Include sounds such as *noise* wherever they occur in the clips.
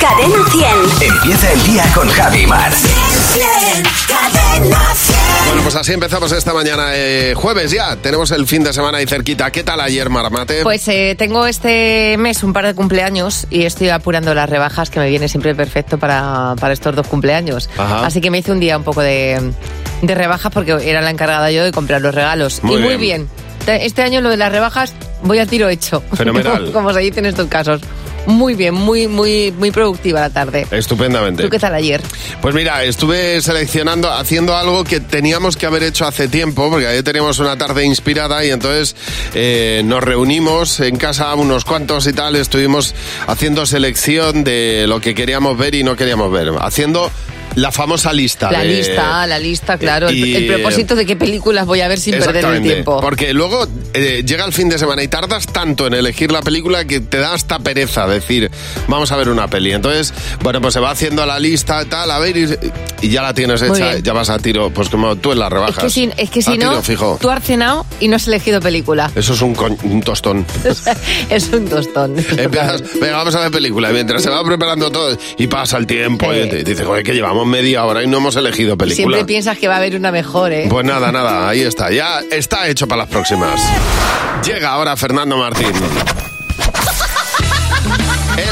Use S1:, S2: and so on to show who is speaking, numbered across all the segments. S1: Cadena 100.
S2: Empieza el día con Javi Mar.
S1: Cadena 100.
S3: Bueno, pues así empezamos esta mañana, eh, jueves ya. Tenemos el fin de semana ahí cerquita. ¿Qué tal ayer, Marmate?
S4: Pues eh, tengo este mes un par de cumpleaños y estoy apurando las rebajas que me viene siempre perfecto para, para estos dos cumpleaños.
S3: Ajá.
S4: Así que me hice un día un poco de, de rebajas porque era la encargada yo de comprar los regalos.
S3: Muy
S4: y muy
S3: bien.
S4: bien. Te- Este año lo de las rebajas voy a tiro hecho. *laughs*
S3: Fenomenal.
S4: Como se dice en estos casos. Muy bien, muy, muy, muy productiva la tarde.
S3: Estupendamente.
S4: ¿Tú qué tal ayer?
S3: Pues mira, estuve seleccionando, haciendo algo que teníamos que haber hecho hace tiempo, porque ayer teníamos una tarde inspirada y entonces eh, nos reunimos en casa unos cuantos y tal, estuvimos haciendo selección de lo que queríamos ver y no queríamos ver, haciendo la famosa lista.
S4: La
S3: de-
S4: lista, la lista, claro. El-
S3: Eh, y-
S4: el propósito de qué películas voy a ver sin perder el
S3: Exactamente,
S4: tiempo.
S3: Porque luego eh, llega el fin de semana y tardas tanto en elegir la película que te da hasta pereza decir, vamos a ver una peli. Entonces, bueno, pues se va haciendo la lista y tal, a ver, y, y ya la tienes
S4: Muy
S3: hecha,
S4: bien.
S3: ya vas a tiro, pues como tú en las
S4: Es
S3: rebajas.
S4: que si, es que
S3: A
S4: si
S3: tiro
S4: no,
S3: fijo.
S4: tú has cenado y no has elegido película.
S3: Eso es un, co- un tostón.
S4: *laughs* es un tostón.
S3: Empiezas, venga, vamos a ver película. Y mientras se va preparando todo y pasa el tiempo,
S4: Eh.
S3: y te- dices, joder, que llevamos media hora y no hemos elegido película.
S4: Siempre piensas que va a haber una mejor, ¿eh?
S3: Pues nada, nada, ahí está, ya está hecho para las próximas. Llega ahora Fernando Martín.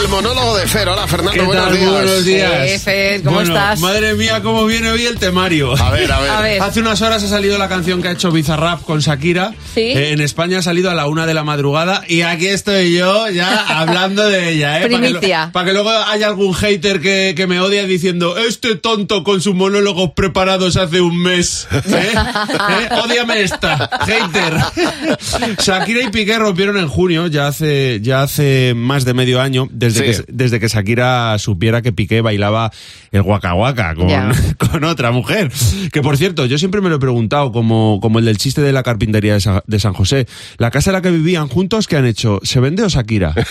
S3: El monólogo de Fer. Hola Fernando,
S5: ¿Qué
S3: buenos
S5: tal?
S3: días.
S5: Buenos días.
S4: Eh, Fer, ¿cómo
S5: Bueno,
S4: estás?
S5: Madre mía, cómo viene hoy el temario.
S3: A ver,
S5: *laughs*
S3: a ver.
S4: A ver.
S5: Hace unas horas ha salido la canción que ha hecho Bizarrap con Shakira.
S4: Sí.
S5: Eh, en España ha salido a la una de la madrugada y aquí estoy yo
S4: *laughs*
S5: ya hablando de ella. ¿eh?
S4: Primicia.
S5: Para que, luego haya algún hater que, que me odie diciendo este tonto con sus monólogos preparados hace un mes. ¿Eh?
S4: *laughs*
S5: ¿Eh? Ódiame esta, hater. *laughs* Shakira y Piqué rompieron en junio, ya hace, ya hace más de medio año, desde,
S3: Sí.
S5: que, desde que Shakira supiera que Piqué bailaba el guaca guaca con,
S4: Ya.
S5: *laughs* con otra mujer. Que por cierto, yo siempre me lo he preguntado, como, como el del chiste de la carpintería de, Sa- de San José. La casa en la que vivían juntos, ¿qué han hecho? ¿Se vende o Shakira?
S4: *laughs*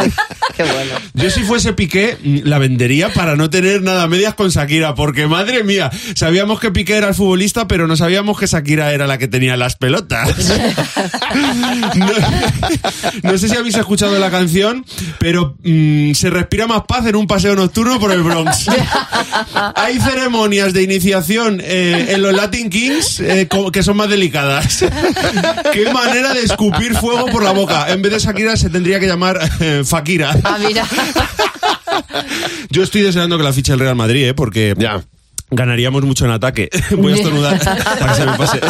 S5: *laughs*
S4: Qué bueno.
S5: Yo si fuese Piqué, mm, la vendería para no tener nada a medias con Shakira, porque madre mía, sabíamos que Piqué era el futbolista, pero no sabíamos que Shakira era la que tenía las pelotas. No, no sé si habéis escuchado la canción, pero mm, se respira más paz en un paseo nocturno por el Bronx. Hay ceremonias de iniciación eh, en los Latin Kings eh, co- que son más delicadas. Qué manera de escupir fuego por la boca. En vez de Shakira se tendría que llamar eh, Fakira.
S4: Ah, mira.
S5: Yo estoy deseando que la fiche el Real Madrid, ¿eh? porque
S3: Ya.
S5: ganaríamos mucho en ataque. Voy a estornudar para que se me pase.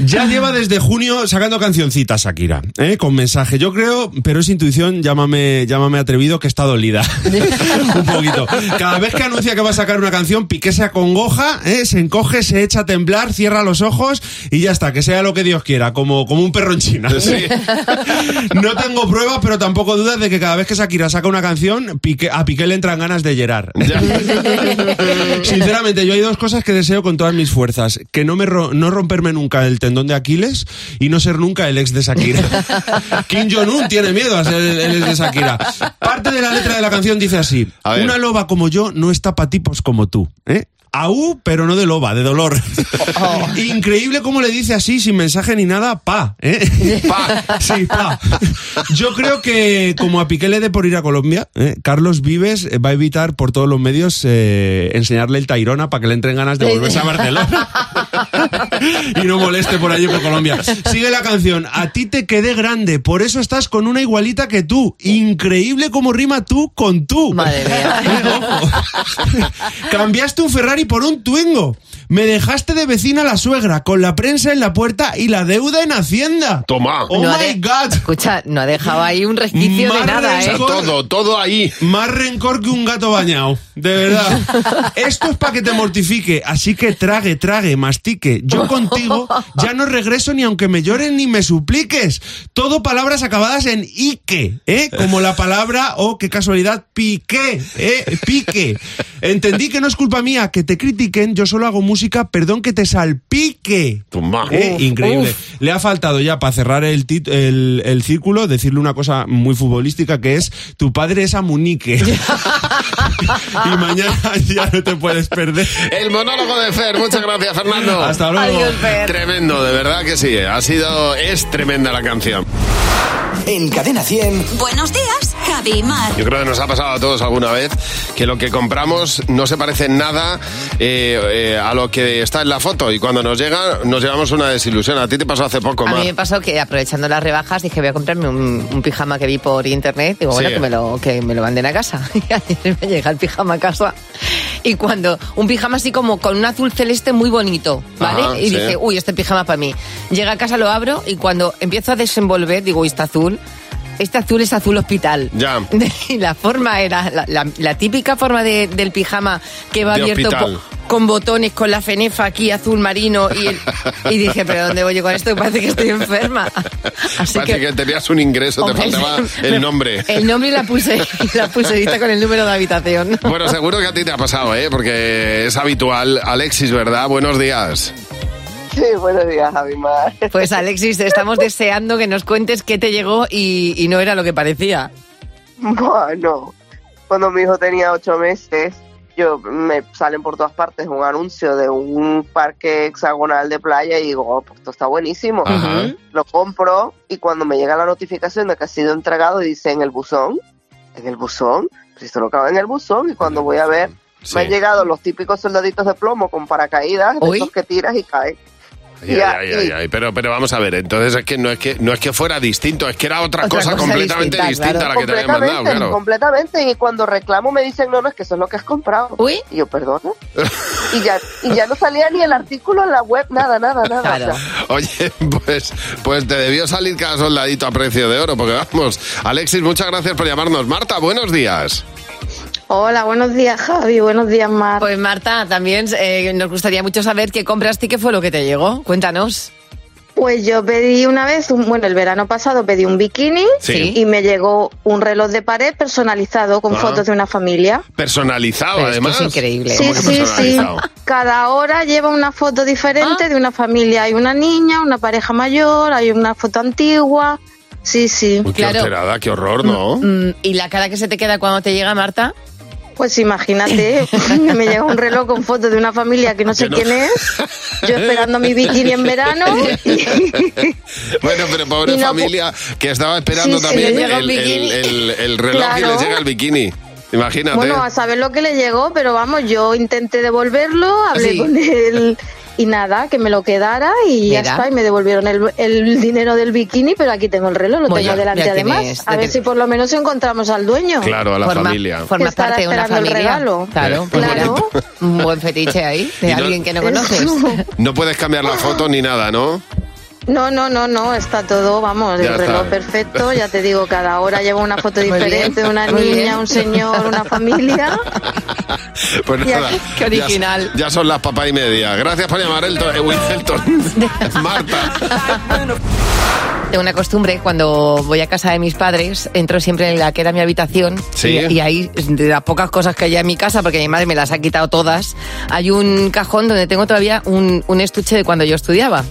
S5: Ya lleva desde junio sacando cancioncitas Shakira, ¿eh? con mensaje. Yo creo, pero es intuición, llámame, llámame atrevido que está dolida. *laughs* Un poquito. Cada vez que anuncia que va a sacar una canción, Piqué se acongoja, ¿eh? se encoge, se echa a temblar, cierra los ojos y ya está, que sea lo que Dios quiera, como, como un perro en China. *laughs*
S3: Sí.
S5: No tengo pruebas, pero tampoco dudas de que cada vez que Shakira saca una canción, Piqué- a Piqué le entran ganas de llorar.
S3: Ya. *laughs*
S5: *laughs* Sinceramente, yo hay dos cosas que deseo con todas mis fuerzas. Que no, me ro- no romperme nunca el tendón de Aquiles y no ser nunca el ex de Shakira.
S3: *laughs*
S5: Kim Jong-un tiene miedo a ser el, el ex de Shakira. Parte de la letra de la canción dice así.
S3: A ver.
S5: Una loba como yo no está pa' tipos como tú. ¿eh? Aú, pero no de loba, de
S3: *laughs*
S5: dolor. Increíble cómo le dice así, sin mensaje ni nada, pa. ¿eh?
S3: Pa.
S5: *laughs* Sí, pa. Yo creo que como a Piqué le dé por ir a Colombia, ¿eh? Carlos Vives eh, va a evitar por todos los medios eh, enseñarle el Tairona para que le entren ganas de volverse a Barcelona. y no moleste por allí por Colombia. Sigue la canción. A ti te quedé grande, por eso estás con una igualita que tú. Increíble cómo rima tú con tú.
S4: Madre mía.
S5: Eh, *laughs* ojo. Cambiaste un Ferrari por un Twingo. Me dejaste de vecina a la suegra, con la prensa en la puerta y la deuda en Hacienda.
S3: Toma.
S5: Oh
S4: No ha
S5: my
S4: de-
S5: God.
S4: Escucha, no ha dejado ahí un resquicio
S5: Madre
S4: de nada,
S5: de
S4: ¿eh?
S5: co-
S3: Todo, todo ahí.
S5: Más rencor que un gato bañado, de
S4: *laughs*
S5: verdad. Esto es para que te mortifique, así que trague, trague, mastique. Yo contigo ya no regreso ni aunque me lloren ni me supliques. Todo palabras acabadas en Ike, ¿eh? Como la palabra, oh, qué casualidad, piqué, ¿eh? Pique. Entendí que no es culpa mía que te critiquen, yo solo hago música, perdón que te salpique.
S3: Toma.
S5: Eh,
S3: Ah. Uf,
S5: increíble. Le ha faltado ya para cerrar el, tit- el, el círculo decirle una cosa muy futbolística que es tu padre es
S3: *laughs*
S5: Amunique. y mañana *laughs* ya no te puedes perder.
S3: El monólogo de Fer. Muchas gracias, Fernando.
S5: Hasta luego.
S4: Adiós, Fer.
S3: Tremendo, de verdad que sí. eh. Ha sido, es tremenda la canción.
S2: En Cadena 100.
S1: Buenos días, Javi Javi Mar.
S3: Yo creo que nos ha pasado a todos alguna vez que lo que compramos no se parece en nada eh, eh, a lo que está en la foto y cuando nos llega nos llevamos una desilusión. A ti te pasó hace poco,
S4: A
S3: Mar.
S4: mí me pasó que aprovechando las rebajas dije voy a comprarme un, un pijama que vi por internet. Digo,
S3: Sí.
S4: bueno, que me, lo, que me lo manden a casa. *laughs* Y ayer me llega el pijama a casa. Y cuando un pijama así como con un azul celeste muy bonito, ¿vale?
S3: Ajá,
S4: y
S3: sí.
S4: dije, uy, este pijama para mí. Llega a casa, lo abro y cuando empiezo a desenvolver, digo, uy, está azul. Este azul es azul hospital.
S3: Ya.
S4: *laughs* Y la forma era, la, la- la típica forma de- del pijama que va
S3: De
S4: abierto
S3: hospital.
S4: po- con botones, con la fenefa aquí azul marino y, el- y dije, pero ¿dónde voy yo con esto? Parece que estoy enferma. Así
S3: Parece que, tenías un ingreso, te
S4: hombre, *laughs*
S3: faltaba el nombre.
S4: El nombre y la puse, *laughs* y la pulserita con el número de habitación.
S3: Bueno, seguro que a ti te ha pasado, ¿eh? Porque es habitual. Alexis, ¿verdad? Buenos días.
S6: Sí, buenos días, Javi Mar.
S4: Pues Alexis, te estamos deseando que nos cuentes qué te llegó y, y no era lo que parecía.
S6: *laughs* Bueno, cuando mi hijo tenía ocho meses, yo me salen por todas partes un anuncio de un parque hexagonal de playa y digo, "Oh, pues esto está buenísimo.
S3: Ajá.
S6: Lo compro y cuando me llega la notificación de que ha sido entregado, dice en el buzón, en el buzón, pues esto lo acaba en el buzón y cuando voy a ver,
S3: Sí.
S6: me han llegado los típicos soldaditos de plomo con paracaídas, de
S4: Uy.
S6: esos que tiras y caen.
S3: Ay, ay, ay, ay, ay. Pero, pero vamos a ver, entonces es que no es que no es que fuera distinto, es que era otra,
S4: Otra
S3: cosa,
S4: cosa
S3: completamente
S4: distinta,
S3: distinta,
S4: claro.
S3: a la que te habían
S6: completamente,
S3: mandado, claro.
S6: completamente. Y cuando reclamo me dicen, no, no, es que eso es lo que has comprado.
S4: Uy.
S6: Y yo, perdona. y, ya, y ya no salía ni el artículo en la web, nada, nada, nada.
S4: Claro.
S6: O sea,
S3: Oye, pues, pues te debió salir cada soldadito a precio de oro, porque vamos. Alexis, muchas gracias por llamarnos. Marta, buenos días.
S7: Hola, buenos días Javi, buenos días Mar.
S4: Pues Marta, también eh, nos gustaría mucho saber qué compraste y qué fue lo que te llegó. Cuéntanos.
S7: Pues yo pedí una vez, un- bueno, el verano pasado pedí un bikini
S4: Sí.
S7: y me llegó un reloj de pared personalizado con
S3: Ah.
S7: fotos de una familia.
S3: Personalizado,
S4: Pero es que
S3: además.
S4: es increíble.
S7: Sí,
S3: ¿Cómo que
S7: sí, sí.
S3: personalizado?
S7: Cada hora lleva una foto
S4: Ah.
S7: diferente de una familia. Hay una niña, una pareja mayor, hay una foto antigua. Sí, sí.
S3: Uy, qué
S4: Claro.
S3: horterada, qué horror, ¿no?
S4: Mm, ¿Y la cara que se te queda cuando te llega, Marta?
S7: Pues imagínate, *laughs* me llega un reloj con fotos de una familia que no sé
S3: Que no.
S7: quién es. Yo esperando mi bikini en verano.
S4: *laughs*
S3: *laughs* Bueno, pero pobre
S7: Y no,
S3: familia que estaba esperando
S7: Sí, sí,
S3: también
S4: le llega
S3: el,
S4: un bikini.
S3: el- el- el reloj y
S7: Claro.
S3: le llega el bikini. Imagínate.
S7: Bueno, a saber lo que le llegó, pero vamos, yo intenté devolverlo,
S3: Ah,
S7: hablé
S4: Sí.
S7: con él y nada, que me lo quedara y
S4: Mira.
S7: ya está, y me devolvieron el, el dinero del bikini, pero aquí tengo el reloj, lo
S4: Muy
S7: tengo
S4: bien,
S7: delante
S4: ya tienes,
S7: además.
S4: ya
S7: a ver
S4: tienes.
S7: si por lo menos encontramos al dueño.
S3: claro, a la
S4: Forma-
S3: familia.
S4: Forma
S7: Estará
S4: parte de una
S7: esperando el
S4: familia.
S7: regalo.
S4: Claro, pues
S7: Claro.
S4: mira, un buen fetiche ahí
S3: Y
S4: de
S3: no-
S4: alguien que no conoces.
S3: No puedes cambiar la foto ni nada, ¿no?
S7: No, no, no, no, está todo, vamos,
S3: Ya
S7: el reloj
S3: está.
S7: perfecto, ya te digo, cada hora lleva una foto
S4: Muy
S7: diferente,
S4: bien,
S7: una
S4: muy
S7: niña,
S4: bien.
S7: un señor, una
S4: *laughs*
S7: familia.
S3: Pues
S7: Ya,
S3: nada.
S4: qué
S3: ya-
S4: original.
S3: Ya, son las papas y media. Gracias por llamar, Elton. eh, Will Elton. *laughs* Marta.
S4: Tengo una costumbre, cuando voy a casa de mis padres, entro siempre en la que era mi habitación
S3: Sí.
S4: y, y ahí, de las pocas cosas que hay en mi casa, porque mi madre me las ha quitado todas, hay un cajón donde tengo todavía un, un estuche de cuando yo estudiaba.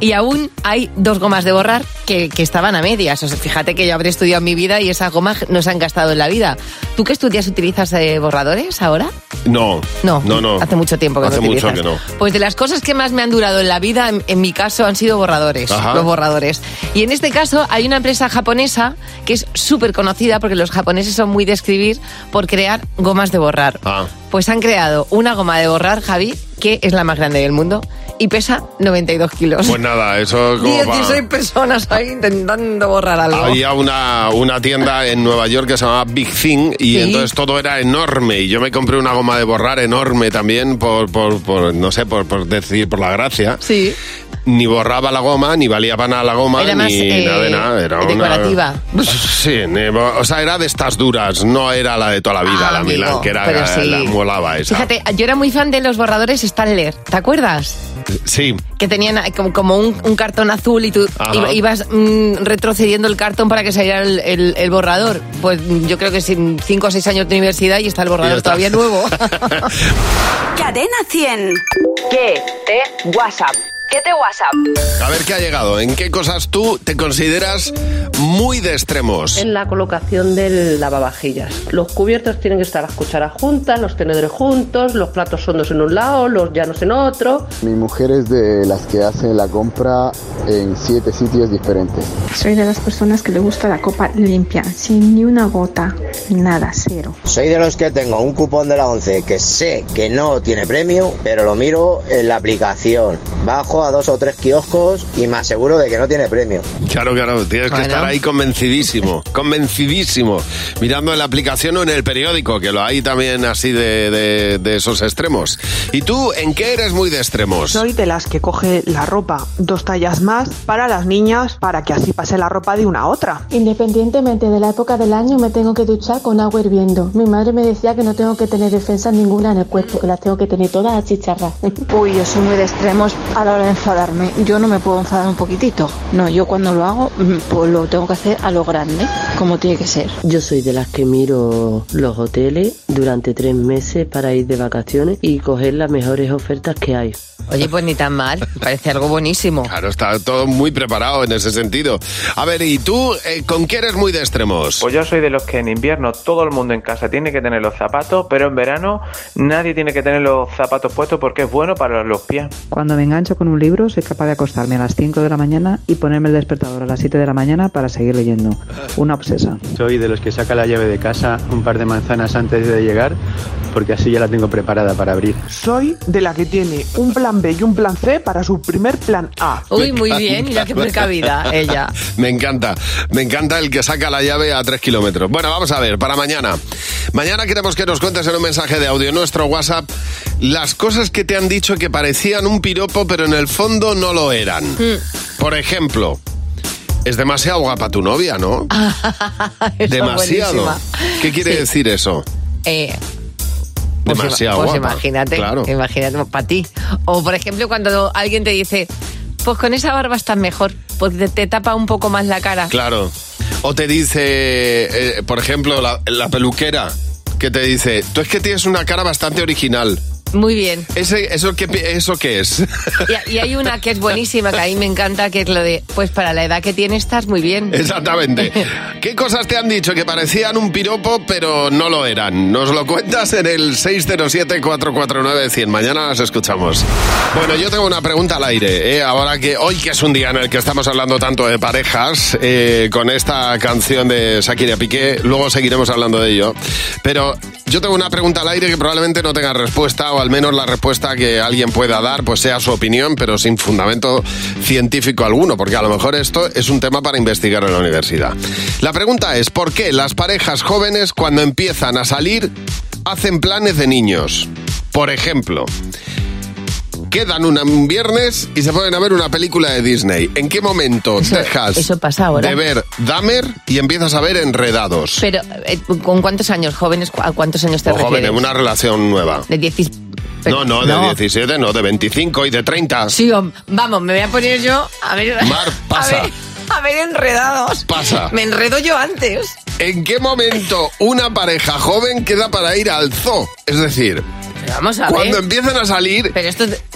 S4: Y aún hay dos gomas de borrar que, que estaban a medias. O sea, fíjate que yo habré estudiado en mi vida y esas gomas no se han gastado en la vida. ¿Tú qué estudias utilizas eh, borradores ahora?
S3: No.
S4: No,
S3: No, no.
S4: hace mucho tiempo que
S3: Hace
S4: no
S3: mucho
S4: utilizas.
S3: que no.
S4: Pues de las cosas que más me han durado en la vida, en, en mi caso, han sido borradores,
S3: Ajá.
S4: los borradores. Y en este caso hay una empresa japonesa que es súper conocida porque los japoneses son muy de escribir por crear gomas de borrar.
S3: Ah.
S4: Pues han creado una goma de borrar, Javi, que es la más grande del mundo y pesa 92 kilos. *laughs*
S3: Pues nada, eso es como pa-
S4: 16 personas ahí intentando borrar algo.
S3: Había una, una tienda en Nueva York que se llamaba Big Thing y
S4: Sí.
S3: entonces todo era enorme. Y yo me compré una goma de borrar enorme también por, por, por, no sé, por, por decir, por la gracia.
S4: Sí,
S3: Ni borraba la goma, ni valía para nada la goma,
S4: Era
S3: ni
S4: más, eh,
S3: nada de nada. Era una-
S4: decorativa.
S3: Sí, ni- o sea, era de estas duras, no era la de toda la vida,
S4: Ah,
S3: la
S4: amigo,
S3: Milán, que era
S4: pero
S3: la,
S4: sí.
S3: la molaba esa.
S4: fíjate, yo era muy fan de los borradores Stanler, ¿te acuerdas?
S3: Sí,
S4: que tenían eh, como, como un, un cartón azul y tú
S3: Ajá.
S4: iba- ibas mm, retrocediendo el cartón para que saliera el, el- el borrador. Pues mm, yo creo que sin 5 o 6 años de universidad y está el borrador
S3: está.
S4: todavía
S3: *laughs*
S4: nuevo.
S1: Cadena 100.
S8: ¿Qué te WhatsApp? ¿Qué
S9: 7 WhatsApp.
S3: A ver qué ha llegado. ¿En qué cosas tú te consideras muy de extremos?
S6: En la colocación del lavavajillas. Los cubiertos tienen que estar las cucharas juntas, los tenedores juntos, los platos hondos en un lado, los llanos en otro.
S10: Mi mujer es de las que hace la compra en siete sitios diferentes.
S11: Soy de las personas que le gusta la copa limpia, sin ni una gota, nada, cero.
S12: Soy de los que tengo un cupón de la 11 que sé que no tiene premio, pero lo miro en la aplicación. Bajo a dos o tres kioscos y me aseguro de que no tiene premio.
S3: Claro, claro, tienes que
S12: Bueno.
S3: estar ahí convencidísimo, convencidísimo, mirando en la aplicación o en el periódico, que lo hay también así de, de- de esos extremos. ¿Y tú en qué eres muy de extremos?
S8: Soy de las que coge la ropa dos tallas más para las niñas para que así pase la ropa de una a otra.
S13: Independientemente de la época del año, me tengo que duchar con agua hirviendo. Mi madre me decía que no tengo que tener defensa ninguna en el cuerpo, que las tengo que tener todas *laughs* achicharradas.
S7: Uy, yo soy muy de extremos a la hora de enfadarme. Yo no me puedo enfadar un poquitito. No, yo cuando lo hago, mm, pues lo tengo que hacer a lo grande, como tiene que ser.
S14: Yo soy de las que miro los hoteles durante tres meses para ir de vacaciones y coger las mejores ofertas que hay.
S4: Oye, pues ni tan mal, me parece algo buenísimo.
S3: Claro, está todo muy preparado en ese sentido. A ver, ¿y tú eh, con qué eres muy de extremos?
S15: Pues yo soy de los que en invierno todo el mundo en casa tiene que tener los zapatos, pero en verano nadie tiene que tener los zapatos puestos porque es bueno para los pies.
S16: Cuando me engancho con un libro, soy capaz de acostarme a las 5 de la mañana y ponerme el despertador a las 7 de la mañana para seguir leyendo. Una obsesa.
S17: Soy de los que saca la llave de casa un par de manzanas antes de llegar porque así ya la tengo preparada para abrir.
S8: Soy de la que tiene un plan B y un plan C para su primer plan A.
S4: Uy, muy bien, mira qué
S3: *laughs*
S4: precavida ella.
S3: Me encanta, me encanta el que saca la llave a 3 kilómetros. Bueno, vamos a ver, para mañana. Mañana queremos que nos cuentes en un mensaje de audio en nuestro WhatsApp las cosas que te han dicho que parecían un piropo, pero en el fondo no lo eran.
S4: Mm.
S3: Por ejemplo, es demasiado guapa tu novia, ¿no?
S4: *laughs* Eso es
S3: demasiado.
S4: Ah, buenísima.
S3: ¿Qué quiere
S4: Sí.
S3: decir eso?
S4: Eh, pues
S3: demasiado
S4: ima- pues
S3: guapa.
S4: imagínate,
S3: Claro.
S4: imagínate para ti. O por ejemplo, cuando alguien te dice, pues con esa barba estás mejor, porque te, te tapa un poco más la cara.
S3: Claro. O te dice, eh, por ejemplo, la, la peluquera, que te dice, tú es que tienes una cara bastante original.
S4: Muy bien.
S3: Ese, eso, qué, pi- ¿Eso qué es?
S4: Y, y hay una que es buenísima, que a mí me encanta, que es lo de, pues para la edad que tienes estás muy bien.
S3: *laughs* Exactamente. ¿Qué cosas te han dicho que parecían un piropo, pero no lo eran? Nos lo cuentas en el 607-449-100. Mañana las escuchamos. Bueno, yo tengo una pregunta al aire. ¿eh? Ahora que hoy, que es un día en el que estamos hablando tanto de parejas, eh, con esta canción de Shakira Piqué, luego seguiremos hablando de ello. Pero yo tengo una pregunta al aire que probablemente no tenga respuesta, o al menos la respuesta que alguien pueda dar, pues sea su opinión, pero sin fundamento científico alguno, porque a lo mejor esto es un tema para investigar en la universidad. La pregunta es, ¿por qué las parejas jóvenes cuando empiezan a salir hacen planes de niños? Por ejemplo, quedan una- un viernes y se ponen a ver una película de Disney. ¿En qué momento dejas
S4: eso pasa ahora.
S3: de ver Dahmer y empiezas a ver Enredados?
S4: Pero, eh, ¿con cuántos años jóvenes, cu- a cuántos años te
S3: O jóvenes,
S4: refieres?
S3: una relación nueva.
S4: De 10
S3: No, no, de
S4: no.
S3: 17, no, de 25 y de 30.
S4: Sí, hom- vamos, me voy a poner yo *laughs* a ver...
S3: Mar, pasa.
S4: A ver, a ver enredados.
S3: Pasa.
S4: Me enredo yo antes.
S3: ¿En qué momento una pareja joven queda para ir al zoo? Es decir,
S4: vamos a ver.
S3: cuando empiezan a salir,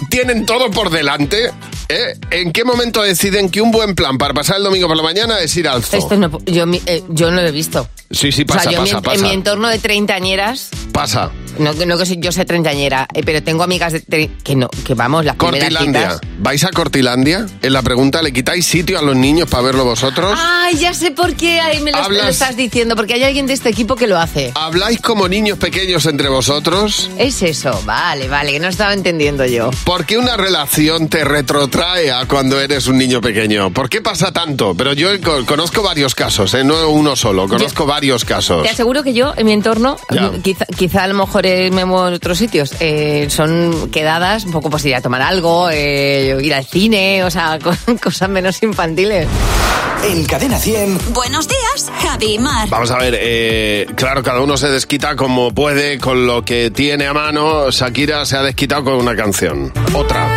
S3: tienen todo por delante. ¿eh? ¿En qué momento deciden que un buen plan para pasar el domingo por la mañana es ir al zoo?
S4: Esto no, yo, mi- eh, yo no lo he visto.
S3: Sí, sí, pasa,
S4: o sea, yo en mi-
S3: pasa,
S4: en,
S3: pasa.
S4: mi entorno de treintañeras,
S3: Pasa.
S4: no, que- no que soy- yo sea treintañera, eh, pero tengo amigas de tre- que no, que vamos, las primeras
S3: Cortilandia.
S4: citas.
S3: ¿Vais a Cortilandia? En la pregunta, ¿le quitáis sitio a los niños para verlo vosotros?
S4: Ay, ya sé por qué ay, me lo, me lo
S3: Hablas- Ah.
S4: estás diciendo, porque hay alguien de este equipo que lo hace.
S3: ¿Habláis como niños pequeños entre vosotros?
S4: Es eso, vale, vale, que no estaba entendiendo yo.
S3: ¿Por qué una relación te retrotrae a cuando eres un niño pequeño? ¿Por qué pasa tanto? Pero yo co- conozco varios casos, ¿eh? no uno solo, conozco varios casos.
S4: Te aseguro que yo, en mi entorno,
S3: Ya.
S4: quizá, quizá a lo mejor eh, me muevo en otros sitios. Eh, son quedadas, un poco pues ir a tomar algo, eh, ir al cine, o sea, *laughs* co- cosas menos infantiles.
S18: En Cadena 100.
S2: Buenos días, Javi y Mar.
S3: Vamos a ver, eh, claro, cada uno se desquita como puede con lo que tiene a mano. Shakira se ha desquitado con una canción. Otra.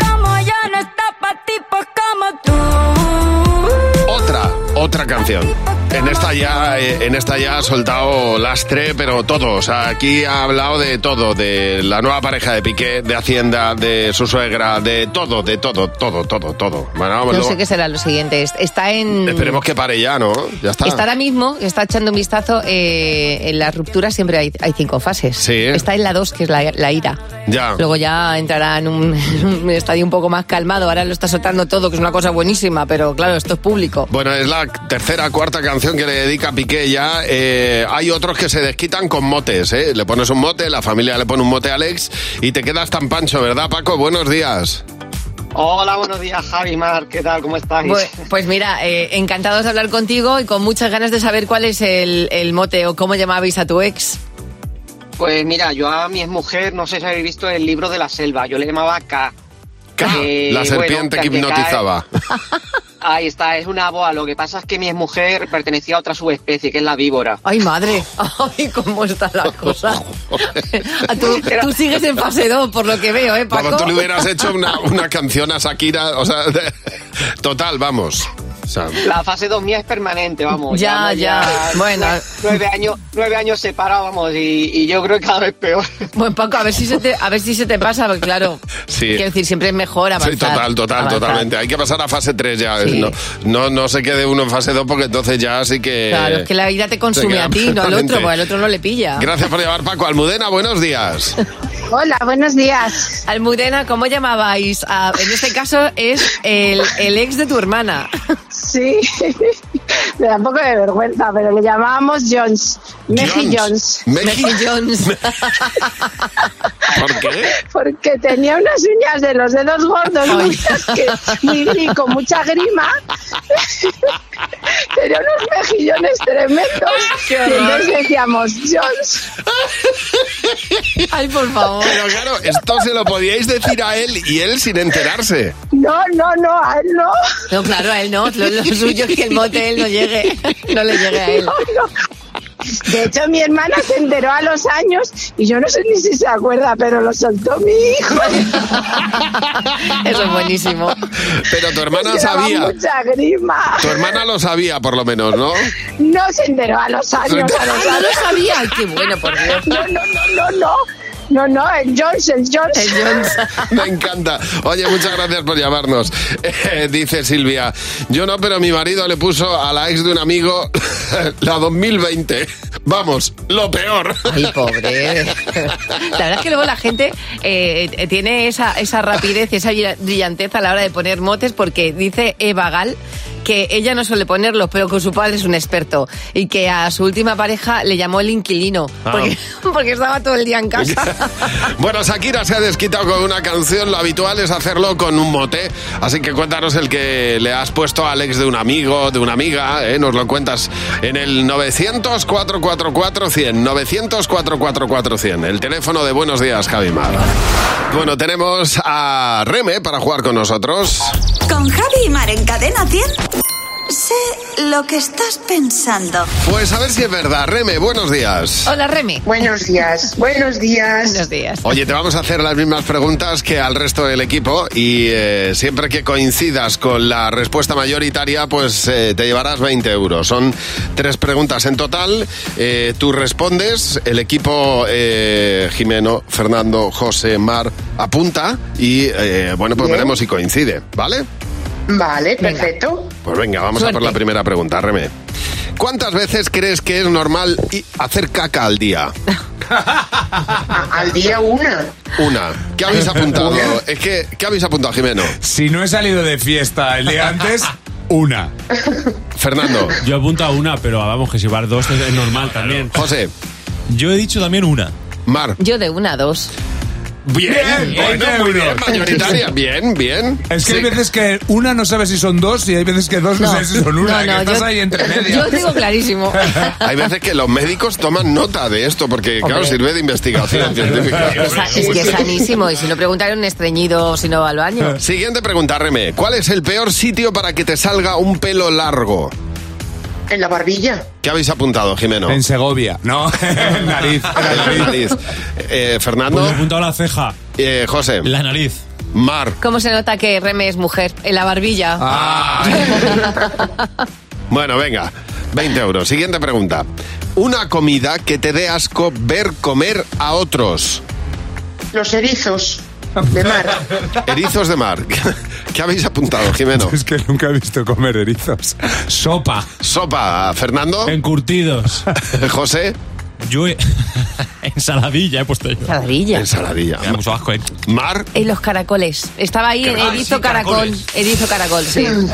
S19: Como yo no está pa' tipos como tú.
S3: Otra, otra canción. En esta ya, eh, en esta ya ha soltado lastre, pero todo. O sea, aquí ha hablado de todo, de la nueva pareja de Piqué, de Hacienda, de su suegra, de todo, de todo, todo, todo, todo. Bueno, vamos,
S4: No
S3: luego-
S4: sé qué será lo siguiente. Es- Está en.
S3: Esperemos que pare ya, ¿no? Ya está.
S4: Está ahora mismo, está echando un vistazo. eh, en las rupturas siempre hay, hay cinco fases.
S3: Sí.
S4: Está en la dos, que es la, la ira.
S3: Ya.
S4: Luego ya entrará en un, *laughs* en un estadio un poco más calmado. Ahora lo está soltando todo, que es una cosa buenísima, pero claro, esto es público.
S3: Bueno, es la tercera, cuarta canción que le dedica Piqué ya. Eh, hay otros que se desquitan con motes, ¿eh? Le pones un mote, la familia le pone un mote a Alex y te quedas tan pancho, ¿verdad, Paco? Buenos días.
S1: Hola, buenos días, Javi Mar. ¿Qué tal? ¿Cómo estáis?
S4: Pues, pues mira, eh, encantados de hablar contigo y con muchas ganas de saber cuál es el, el mote o cómo llamabais a tu ex.
S1: Pues mira, yo a mi exmujer, no sé si habéis visto el libro de la selva, yo le llamaba K. Eh,
S3: la serpiente
S1: bueno,
S3: que
S1: K-
S3: hipnotizaba.
S1: *laughs* Ahí está, es una boa. Lo que pasa es que mi exmujer pertenecía a otra subespecie, que es la
S6: *laughs*
S1: víbora.
S4: ¡Ay, madre! ¡Ay, cómo está la
S3: *laughs*
S4: cosa! *laughs* Ah, tú, tú sigues en fase 2, por lo que veo, ¿eh, Paco?
S3: Como tú le
S4: *laughs*
S3: hubieras hecho una, una canción a Shakira, o sea, de- total, vamos. O sea,
S1: La fase 2 mía es permanente, vamos.
S4: Ya, ya. Bueno.
S1: Nueve años, nueve años separados, vamos, y, y yo creo que cada vez peor.
S4: Bueno, Paco, a ver si se te, a ver si se te pasa, porque claro,
S3: Sí.
S4: quiero decir, siempre es mejor avanzar.
S3: Sí, total, total,
S4: avanzar.
S3: totalmente. Hay que pasar a fase 3 ya.
S4: Sí.
S3: No, no, no se quede uno en fase 2 porque entonces ya sí que...
S4: Claro, es que la vida te consume
S3: Eh, queda
S4: a ti, no al otro,
S3: permanente.
S4: porque al otro no le pilla.
S3: Gracias por llevar, Paco. Almudena, buenos días.
S4: Hola, buenos días. Almudena, ¿cómo llamabais? Ah, en este caso es el, el ex de tu hermana.
S7: *laughs*
S12: Sí, me da un poco de vergüenza, pero le llamábamos Jones, Meji Jones.
S3: Meji *laughs*
S4: Jones.
S3: ¿Por qué?
S12: Porque tenía unas uñas de los dedos gordos, muy, asque- muy gri- con mucha grima. tenía unos mejillones
S4: *laughs*
S12: tremendos. Y entonces decíamos, Jones.
S4: *laughs* Ay, *laughs* por favor.
S3: Pero claro, esto se lo podíais decir a él y él sin enterarse.
S12: No, no, no, a él no.
S4: No, claro, a él no. Lo, lo suyo es que el mote él no
S12: *laughs*
S4: llegue, no le llegue a él.
S12: De hecho, mi hermana se enteró a los años y yo no sé ni si se acuerda, pero lo soltó mi hijo.
S4: *laughs* Eso es buenísimo.
S3: Pero tu hermana
S4: Pues
S12: Porque daba
S3: sabía.
S12: mucha grima.
S3: Tu hermana lo sabía, por lo menos, ¿no?
S12: No se enteró a los años. A los
S4: Ah, no lo
S12: años.
S4: sabía. Ay, qué bueno, por Dios.
S12: No, no, no, no, no. No, no, el Jones, el Jones.
S3: *laughs* Me encanta. Oye, muchas gracias por llamarnos. Eh, dice Silvia, yo no, pero mi marido le puso a la ex de un amigo *laughs* la 2020. Vamos, lo peor.
S4: Ay, pobre. La verdad es que luego la gente eh, eh, tiene esa, esa rapidez y esa brilla- brillantez a la hora de poner motes porque dice Eva Gal que ella no suele ponerlos, pero que su padre es un experto y que a su última pareja le llamó el inquilino
S3: Ah.
S4: porque, porque estaba todo el día en casa.
S3: Bueno, Shakira se ha desquitado con una canción. Lo habitual es hacerlo con un mote. Así que cuéntanos el que le has puesto a Alex de un amigo, de una amiga. ¿eh? Nos lo cuentas en el 900-444-100. 900-444-100. El teléfono de Buenos Días, Javi Mar. Bueno, tenemos a Reme para jugar con nosotros.
S20: Con Javi y Mar en Cadena 100. Sé lo que estás pensando.
S3: Pues a ver si es verdad. Reme, buenos días.
S4: Hola, Remy.
S21: Buenos días, buenos días.
S4: Buenos días.
S3: Oye, te vamos a hacer las mismas preguntas que al resto del equipo y eh, siempre que coincidas con la respuesta mayoritaria, pues eh, te llevarás 20 euros. Son tres preguntas en total. eh, tú respondes, el equipo eh, Jimeno, Fernando, José, Mar apunta y eh, bueno, pues
S21: Bien.
S3: veremos si coincide, ¿vale?
S21: Vale, perfecto.
S3: Pues venga, vamos a por
S21: Suerte.
S3: la primera pregunta, Reme. ¿Cuántas veces crees que es normal i- hacer caca al día?
S21: A- al día una.
S3: Una.
S21: *laughs*
S3: ¿Qué habéis apuntado? Es que, ¿qué habéis apuntado, Jimeno?
S22: Si no he salido de fiesta el día antes, una.
S3: Fernando.
S17: Yo apunto a una, pero vamos, que si vas dos es normal también.
S3: José.
S17: Yo he dicho también una.
S3: Mar.
S4: Yo de una a dos.
S3: Bien, bueno, muy bien, mayoritaria, bien, bien.
S22: Es que
S3: Sí.
S22: hay veces que una no sabe si son dos y hay veces que dos no,
S4: No.
S22: sabes si son una,
S4: No, no,
S22: que estás
S4: yo-
S22: ahí entre medias.
S4: Yo tengo clarísimo.
S3: Hay veces que los médicos toman nota de esto porque, claro,
S4: Hombre.
S3: sirve de investigación científica.
S4: O sea, es que es sanísimo y si no preguntaron un estreñido si no va al baño.
S3: *laughs* Siguiente pregunta, Reme. ¿Cuál es el peor sitio para que te salga un pelo largo?
S21: En la barbilla.
S3: ¿Qué habéis apuntado, Jimeno? En
S22: Segovia. No, en nariz.
S3: En la nariz. Eh, Fernando.
S17: Pues he apuntado la ceja.
S3: Eh, José.
S17: La nariz.
S3: Mar.
S4: ¿Cómo se nota
S3: Ah.
S4: que Reme es mujer? En la barbilla.
S3: Bueno, venga. 20 euros. Siguiente pregunta. Una comida que te dé asco ver comer a otros.
S21: Los erizos
S22: *laughs*
S21: de mar.
S3: Erizos de mar. *laughs* ¿Qué habéis apuntado, Jimeno?
S22: Es que nunca he visto comer erizos. Sopa.
S3: Sopa, Fernando.
S17: Encurtidos.
S3: *laughs* José.
S17: Yo he- *laughs* Ensaladilla he puesto yo.
S4: Ensaladilla.
S3: Ensaladilla.
S17: Me da mucho asco, ¿eh?
S3: Mar.
S4: Y los caracoles. Estaba ahí,
S17: Qué
S3: Ah,
S17: guay,
S4: erizo
S17: sí,
S4: caracol.
S17: caracoles.
S4: Erizo caracol, sí.
S3: Mm.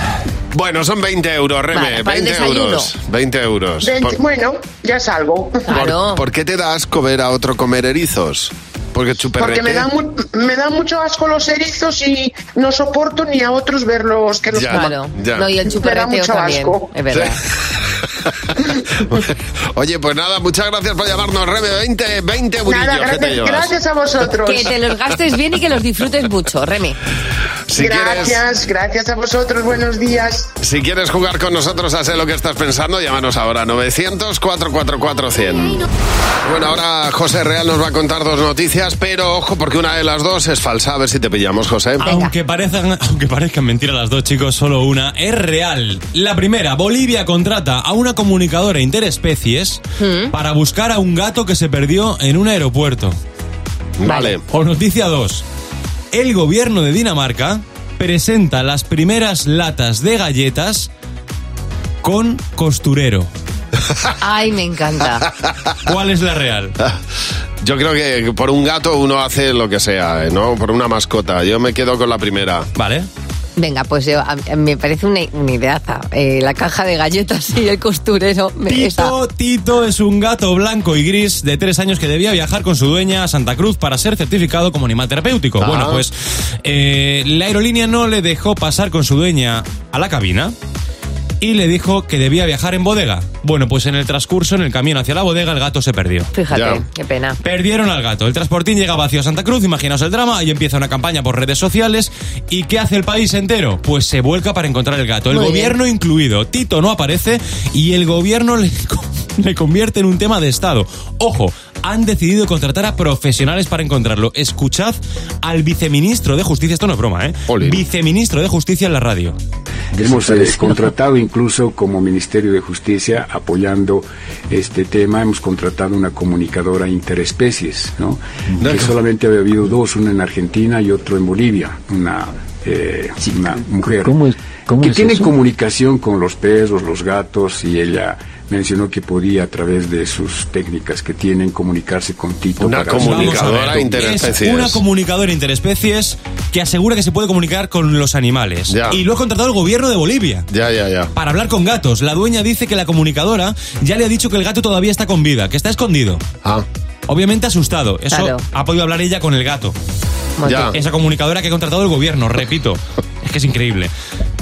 S3: Bueno, son 20 euros, Reme.
S4: Vale, para el
S3: 20
S4: desayuno.
S3: euros. 20 euros.
S21: Veinte-
S3: Pues Por-
S21: Bueno, ya salgo.
S3: por- ¿Por qué te da asco ver a otro comer erizos? Porque chuperrete...
S21: Porque me dan, mu- me dan mucho asco los erizos y no soporto ni a otros verlos que los
S3: Ya,
S21: coman.
S3: Claro. ya. No, y
S21: Me
S3: el
S21: da
S3: chuperreteo
S21: mucho
S3: también.
S21: asco.
S4: Es verdad.
S3: *laughs* Oye, pues nada, muchas gracias por llamarnos, Reme. 20, 20 eurillos
S4: Nada,
S3: que te llevas.
S4: Que te los gastes bien y que los disfrutes mucho, Remy.
S3: Si
S21: gracias,
S3: quieres,
S21: gracias a vosotros.
S3: *laughs*
S21: Buenos días.
S3: si quieres jugar con nosotros a sé lo que estás pensando, llámanos ahora 900-444-100. Bueno, ahora José Real nos va a contar dos noticias, pero ojo, porque una de las dos es falsa. A ver si te pillamos, José.
S17: Aunque parezcan, aunque parezcan mentiras las dos, chicos, solo una es real. La primera, Bolivia contrata a una comunicadora interespecies para buscar a un gato que se perdió en un aeropuerto.
S3: Vale.
S17: O noticia 2. El gobierno de Dinamarca presenta las primeras latas de galletas con costurero.
S4: Ay, me encanta.
S17: Ah, ¿Cuál es la real?
S3: *laughs* Yo creo que por un gato uno hace lo que sea, ¿eh? ¿no? Por una mascota. Yo me quedo con la primera.
S17: Vale.
S4: Venga, pues yo, a- a- me parece una, una ideaza. Eh, la caja de galletas y el costurero. me- esa.
S17: Tito, Tito es un gato blanco y gris de tres años que debía viajar con su dueña a Santa Cruz para ser certificado como animal terapéutico.
S3: Ah.
S17: Bueno, pues eh, la aerolínea no le dejó pasar con su dueña a la cabina y le dijo que debía viajar en bodega. Bueno, pues en el transcurso, en el camino hacia la bodega, el gato se perdió.
S4: Fíjate, qué pena.
S17: Perdieron al gato. El transportín llega vacío a Santa Cruz, imaginaos el drama, ahí empieza una campaña por redes sociales. ¿Y qué hace el país entero? Pues se vuelca para encontrar el gato, el
S4: Muy bien.
S17: gobierno incluido. Tito no aparece y el gobierno le, *laughs* co- le convierte en un tema de Estado. Ojo, han decidido contratar a profesionales para encontrarlo. Escuchad al viceministro de Justicia, esto no es broma, ¿eh? Viceministro de Justicia en la radio.
S5: Hemos eh, contratado incluso como Ministerio de Justicia apoyando este tema, hemos contratado una comunicadora interespecies, ¿no?
S6: Mm.
S5: Que solamente había habido dos, una en Argentina y otro en Bolivia, una, eh, una mujer.
S6: ¿Cómo es? cómo
S5: que
S6: es
S5: tiene
S6: eso?
S5: comunicación con los perros, los gatos y ella mencionó que podía a través de sus técnicas que tienen comunicarse con Tito.
S3: Una
S5: para-
S3: comunicadora Vamos a ver.
S17: Es una comunicadora interespecies que asegura que se puede comunicar con los animales. Y lo ha contratado el gobierno de Bolivia.
S3: Ya, ya, ya.
S17: Para hablar con gatos. La dueña dice que la comunicadora ya le ha dicho que el gato todavía está con vida, que está escondido.
S3: Ah.
S17: Obviamente asustado. Eso
S4: Claro.
S17: ha podido hablar ella con el gato.
S4: Muy Ya. bien.
S17: Esa comunicadora que ha contratado el gobierno, repito. es que es increíble.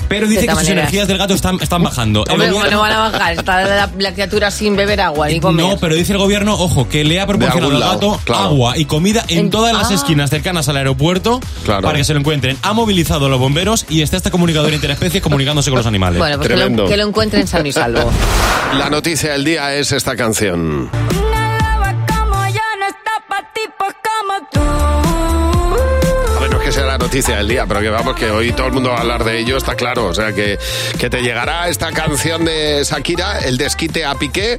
S17: Pero
S4: De
S17: dice que
S4: todas
S17: sus
S4: maneras.
S17: energías del gato están, están bajando. El
S4: Hombre, ¿cómo
S17: gobierno-
S4: no van a bajar? Está la, la criatura sin beber agua ni comer.
S17: no, pero dice el gobierno, ojo, que le ha proporcionado
S3: algún
S17: al
S3: lado,
S17: gato
S3: claro.
S17: agua y comida en,
S4: En-
S17: todas las
S4: ah.
S17: esquinas cercanas al aeropuerto
S3: Claro.
S17: para que se lo encuentren. Ha movilizado a los bomberos y está este comunicador interespecies comunicándose con los animales.
S4: Bueno, pues que lo, que lo encuentren sano y salvo.
S3: *laughs* La noticia del día es esta canción. A ver, no es que sea la noticia del día, pero que vamos, que hoy todo el mundo va a hablar de ello, está claro. O sea, que, que te llegará esta canción de Shakira, el desquite a Piqué,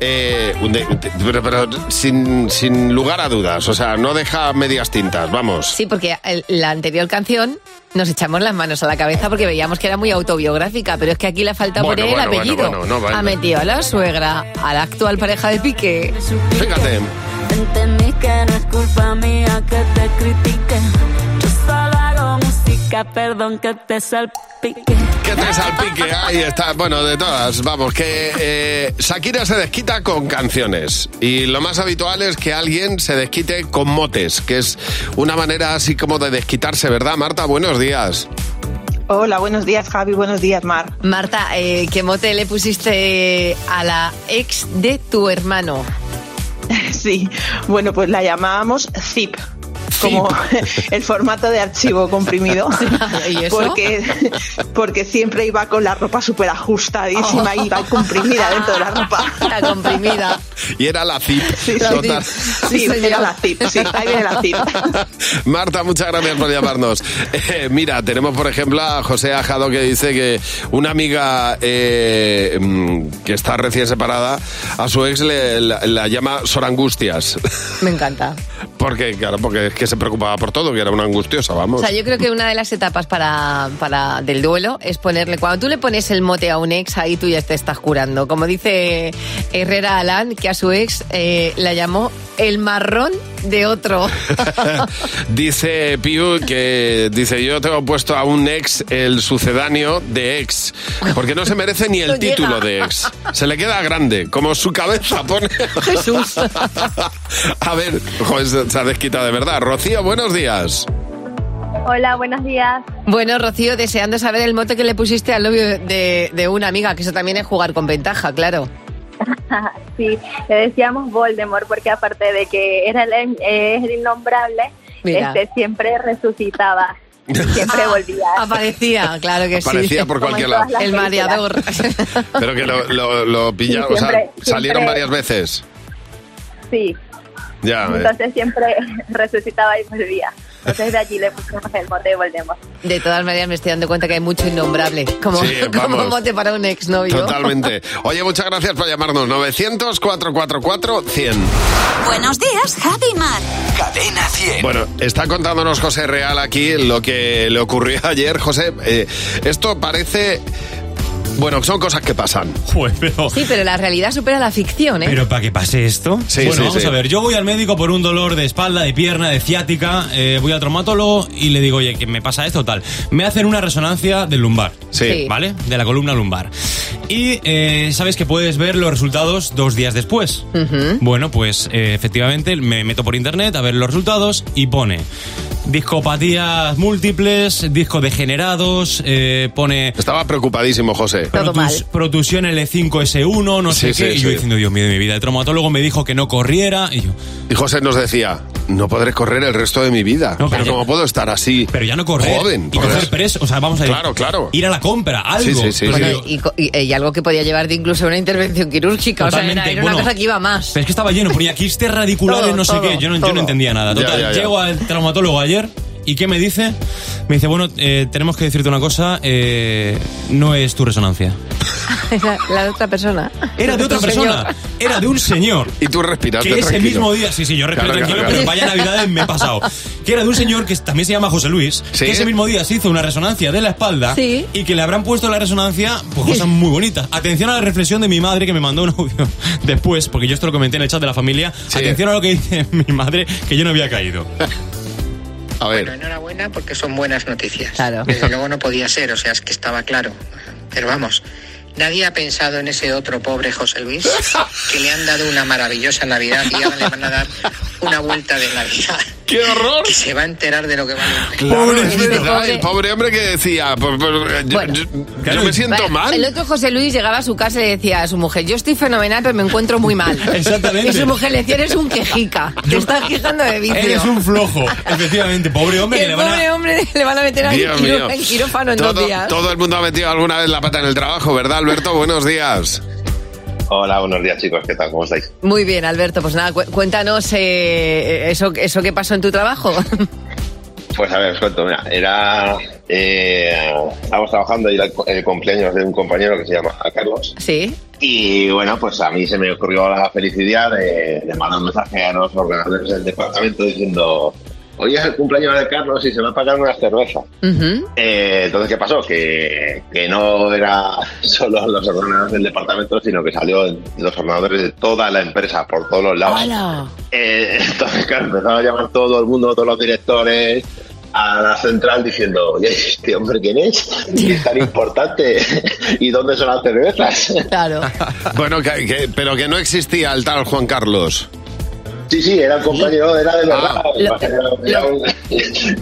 S3: eh, un de- un de- pero, pero sin, sin lugar a dudas. O sea, no deja medias tintas, vamos.
S4: Sí, porque el- la anterior canción nos echamos las manos a la cabeza porque veíamos que era muy autobiográfica, pero es que aquí le falta
S3: Bueno,
S4: poner
S3: bueno,
S4: el
S3: bueno,
S4: apellido.
S3: bueno, no, vale.
S4: Ha metido a la suegra, a la actual pareja de Piqué.
S3: Fíjate.
S7: Entendí que no es culpa mía que te critique. Yo solo hago música, perdón que te salpique.
S3: Que te salpique, ahí está. Bueno, de todas, vamos, que eh, Shakira se desquita con canciones. Y lo más habitual es que alguien se desquite con motes, que es una manera así como de desquitarse, ¿verdad, Marta? Buenos días.
S4: Hola, buenos días, Javi. Buenos días, Mar. Marta, eh, ¿qué mote le pusiste a la ex *laughs* de tu hermano?
S23: Sí, bueno, pues la llamábamos Zip.
S6: como *laughs* el formato de archivo comprimido.
S4: *laughs* ¿Y eso?
S6: Porque, porque siempre iba con la ropa súper ajustadísima,
S4: Oh.
S6: iba comprimida dentro de la ropa.
S4: La comprimida.
S3: Y era la zip.
S6: Sí, sí,
S3: total.
S6: Sí, era la tip, sí, ahí viene la tip.
S3: *laughs* Marta, muchas gracias por llamarnos. Eh, mira, tenemos por ejemplo a José Ajado que dice que una amiga eh, mm, que está recién separada, a su ex le, la, la llama Sor Angustias. *laughs*
S4: Me encanta.
S3: Porque, claro, porque es que se preocupaba por todo, que era una angustiosa, vamos.
S4: O sea, yo creo que una de las etapas para, para del duelo es ponerle, cuando tú le pones el mote a un ex, ahí tú ya te estás curando. Como dice Herrera Alán, que a su ex eh, la llamó el marrón de otro.
S3: Dice Piu que dice yo tengo puesto a un ex el sucedáneo de ex porque no se merece ni el
S4: No llega.
S3: título de ex se le queda grande como su cabeza pone
S4: Jesús
S3: *laughs* a ver joder, se se ha desquitado de verdad Rocío buenos días
S8: Hola, buenos días.
S4: Bueno, Rocío, deseando saber el mote que le pusiste al novio de, de una amiga, que eso también es jugar con ventaja, claro.
S8: *laughs* sí, le decíamos Voldemort porque aparte de que era el, eh, es el innombrable,
S4: Mira.
S8: este siempre resucitaba, siempre volvía.
S4: *laughs* Aparecía, claro que sí.
S3: Aparecía por Como cualquier en todas lado. las
S4: El mareador.
S3: pero que lo, lo, lo pillaron o sea,
S8: siempre- siempre-
S3: salieron varias veces
S8: *laughs* Sí,
S3: ya eh.
S8: entonces siempre *laughs* resucitaba y volvía. Entonces de allí le pusimos el mote de Voldemort.
S4: De todas maneras, me estoy dando cuenta que hay mucho innombrable. Como,
S3: Sí,
S4: *laughs* como
S3: vamos.
S4: mote para un exnovio.
S3: eh, totalmente oye muchas gracias por llamarnos 900 444 100
S20: Buenos días, Javi y Mar.
S2: Cadena 100.
S3: Bueno, está contándonos José Real aquí lo que le ocurrió *laughs* ayer. José, eh, esto parece... Bueno, son cosas que pasan.
S17: pero...
S4: Sí, pero la realidad supera la ficción, ¿eh?
S17: Pero para que pase esto.
S3: Sí,
S17: bueno,
S3: sí,
S17: vamos
S3: sí.
S17: a ver. Yo voy al médico por un dolor de espalda, de pierna, de ciática. eh, voy al traumatólogo y le digo, oye, que me pasa esto tal. Me hacen una resonancia del lumbar.
S3: Sí.
S17: ¿Vale? De la columna lumbar. Y eh, sabes que puedes ver los resultados dos días después. Bueno, pues eh, efectivamente me meto por internet a ver los resultados y pone discopatías múltiples, disco degenerados, eh, pone...
S3: Estaba preocupadísimo, José.
S17: Protus- Protusión L5S1, E no sé
S3: Sí,
S17: qué.
S3: sí,
S17: y yo
S3: sí.
S17: diciendo, Dios mío de mi vida, el traumatólogo me dijo que no corriera. Y yo,
S3: Y José nos decía, no podré correr el resto de mi vida. pero,
S17: ya-
S3: ¿cómo puedo estar así? Pero
S17: ya no correr.
S3: Joven.
S17: y
S3: por
S17: coger
S3: eso.
S17: pres, o sea, vamos a ir.
S3: Claro, claro.
S17: Ir a la compra,
S3: Sí,
S17: algo.
S3: sí, sí,
S17: Pero
S3: sí.
S17: digo,
S4: Y, co- y- y algo que podía llevar de incluso a una intervención quirúrgica. o sea,
S17: Totalmente,
S4: era, era una
S17: bueno.
S4: cosa que iba más. *laughs*
S17: pero es que estaba lleno, ponía quistes radiculares,
S4: Todo,
S17: no sé
S4: todo,
S17: qué. Yo no, yo
S4: todo.
S17: no entendía nada.
S3: Ya,
S17: Total,
S3: ya, ya.
S17: llego al traumatólogo ayer y ¿qué me dice? Me dice, bueno, eh, tenemos que decirte una cosa, eh, no es tu resonancia.
S4: Era la de otra persona.
S17: Era de otra
S4: Otro señor.
S17: persona, era de un señor.
S3: Y tú respiraste
S17: que ese
S3: tranquilo.
S17: mismo día, sí, sí, yo respiro
S3: Claro,
S17: tranquilo,
S3: claro,
S17: pero
S3: claro.
S17: vaya Navidades me he pasado. Que era de un señor que también se llama José Luis,
S3: Sí.
S17: que ese mismo día se hizo una resonancia de la espalda
S4: Sí.
S17: y que le habrán puesto en la resonancia pues, cosas muy bonitas. Atención a la reflexión de mi madre que me mandó un audio *laughs* después, porque yo esto lo comenté en el chat de la familia. Atención a lo que dice *laughs* mi madre, que yo no había caído.
S3: A ver.
S24: enhorabuena porque son buenas noticias.
S4: Claro.
S24: Desde *laughs* luego no podía ser, o sea, es que estaba claro. Pero vamos, nadie ha pensado en ese otro pobre José Luis que le han dado una maravillosa Navidad y ahora le van a dar una vuelta de
S17: *laughs*
S24: Navidad.
S3: ¡Qué horror!
S24: Que se va a enterar de lo que va a
S3: Claro,
S24: Pobre
S3: es
S24: este
S3: verdad,
S24: pobre.
S3: el pobre hombre que decía, "Pues, pues, yo- yo, yo me siento
S4: Vale,
S3: mal.
S4: El otro José Luis llegaba a su casa y le decía a su mujer, yo estoy fenomenal, pero me encuentro muy
S3: *laughs*
S4: mal.
S17: Exactamente.
S4: Y su mujer le decía, eres un quejica, te estás quejando de vicio.
S17: Eres un flojo, efectivamente, pobre
S4: Y
S17: hombre que
S4: el
S17: le van a...
S4: pobre hombre *laughs* le van a meter ahí
S3: Dios
S4: en quiró-
S3: mío.
S4: en quirófano en
S3: todo,
S4: dos días.
S3: todo el mundo ha metido alguna vez la pata en el trabajo, ¿verdad, Alberto? Buenos días.
S25: Hola, buenos días chicos, ¿qué tal? ¿Cómo estáis?
S4: Muy bien, Alberto, pues nada, cu- cuéntanos eh, eso, eso que pasó en tu trabajo. *laughs*
S25: Pues a ver, os cuento, mira, era... Eh, estábamos trabajando y era el, co- el cumpleaños de un compañero que se llama Carlos
S4: sí.
S25: y bueno, pues a mí se me ocurrió la felicidad de, de mandar un mensaje a los ordenadores del departamento diciendo hoy es el cumpleaños de Carlos y se va a pagar una cerveza. Eh, entonces, ¿qué pasó? Que, que no era *laughs* solo los ordenadores del departamento, sino que salió en los ordenadores de toda la empresa, por todos los lados. Eh, *laughs* entonces, claro, empezaron a llamar todo el mundo, todos los directores a la central diciendo, oye, este hombre, ¿quién es? ¿Qué es tan importante? *laughs* ¿Y dónde son las
S4: *laughs*
S25: cervezas?
S4: Claro.
S3: Bueno, que- que- pero que no existía el tal Juan Carlos.
S25: Sí, sí, era el compañero, era de verdad.
S4: Ah, Lo-
S25: Era un-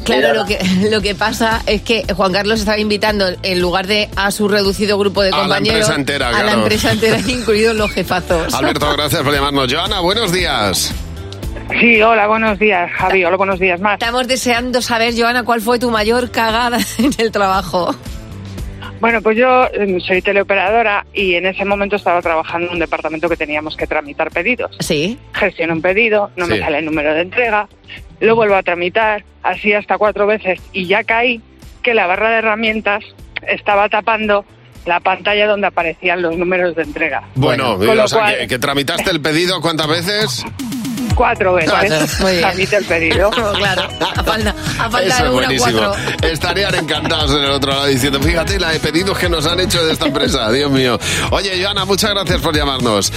S4: Claro,
S25: era-
S4: lo que, lo que pasa es que Juan Carlos estaba invitando, en lugar de a su reducido grupo de
S3: A la
S4: compañeros,
S3: empresa entera,
S4: a la *laughs*
S3: claro.
S4: empresa entera, incluidos los jefazos.
S3: Alberto, gracias por llamarnos. Joana, buenos días.
S26: Sí, hola, buenos días, Javi. Hola, buenos días, más.
S4: Estamos deseando saber, Joana, cuál fue tu mayor cagada *laughs* en el trabajo.
S26: Bueno, pues yo eh, soy teleoperadora y en ese momento estaba trabajando en un departamento que teníamos que tramitar pedidos.
S8: *laughs*
S4: Sí.
S26: Gestiono un pedido, no me
S4: Sí.
S26: sale el número de entrega, lo vuelvo a tramitar, así hasta cuatro veces y ya caí que la barra de herramientas estaba tapando la pantalla donde aparecían los números de entrega.
S3: Bueno,
S26: con lo
S3: o sea,
S26: cual-
S3: que, que tramitaste el pedido cuántas veces.
S26: Cuatro veces.
S3: Cuatro, muy bien.
S26: Tramité pues, el
S4: *laughs*
S26: pedido.
S4: claro, a falta, a falta
S3: Eso
S4: de
S3: es
S4: una,
S3: buenísimo.
S4: cuatro.
S3: Estarían encantados en el otro lado diciendo, fíjate la de pedidos que nos han hecho de esta empresa, *laughs* Dios mío. Oye, Joana, muchas gracias por llamarnos.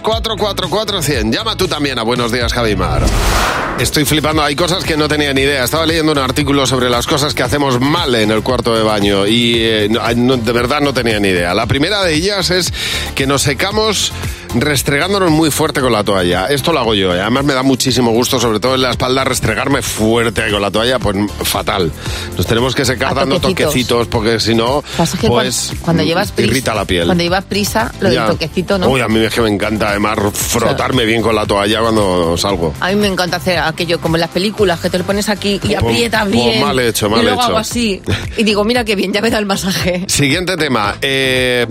S3: 900-444-100. Llama tú también a Buenos Días, Javimar. Estoy flipando, hay cosas que no tenía ni idea. Estaba leyendo un artículo sobre las cosas que hacemos mal en el cuarto de baño y eh, no- no- de verdad no tenía ni idea. La primera de ellas es que nos secamos restregándonos muy fuerte con la toalla. Esto lo hago yo. ¿eh? Además me da muchísimo gusto, sobre todo en la espalda, restregarme fuerte con la toalla, pues fatal. Nos tenemos que secar
S4: A
S3: dando
S4: toquecitos.
S3: toquecitos porque si no,
S4: Pasa que
S3: pues
S4: cuan- cuando, llevas prisa,
S3: irrita la piel.
S4: Cuando llevas prisa, lo
S3: Ya.
S4: del toquecito, ¿no?
S3: Uy, a mí es que me encanta además frotarme bien con la toalla cuando salgo.
S4: A mí me encanta hacer aquello como en las películas, que te lo pones aquí y
S3: Pues-
S4: aprietas
S3: pues
S4: bien.
S3: mal hecho, mal
S4: y luego
S3: hecho.
S4: hago
S3: *laughs*
S4: así. Y digo, mira qué bien, ya me da el masaje.
S3: Siguiente tema. Eh,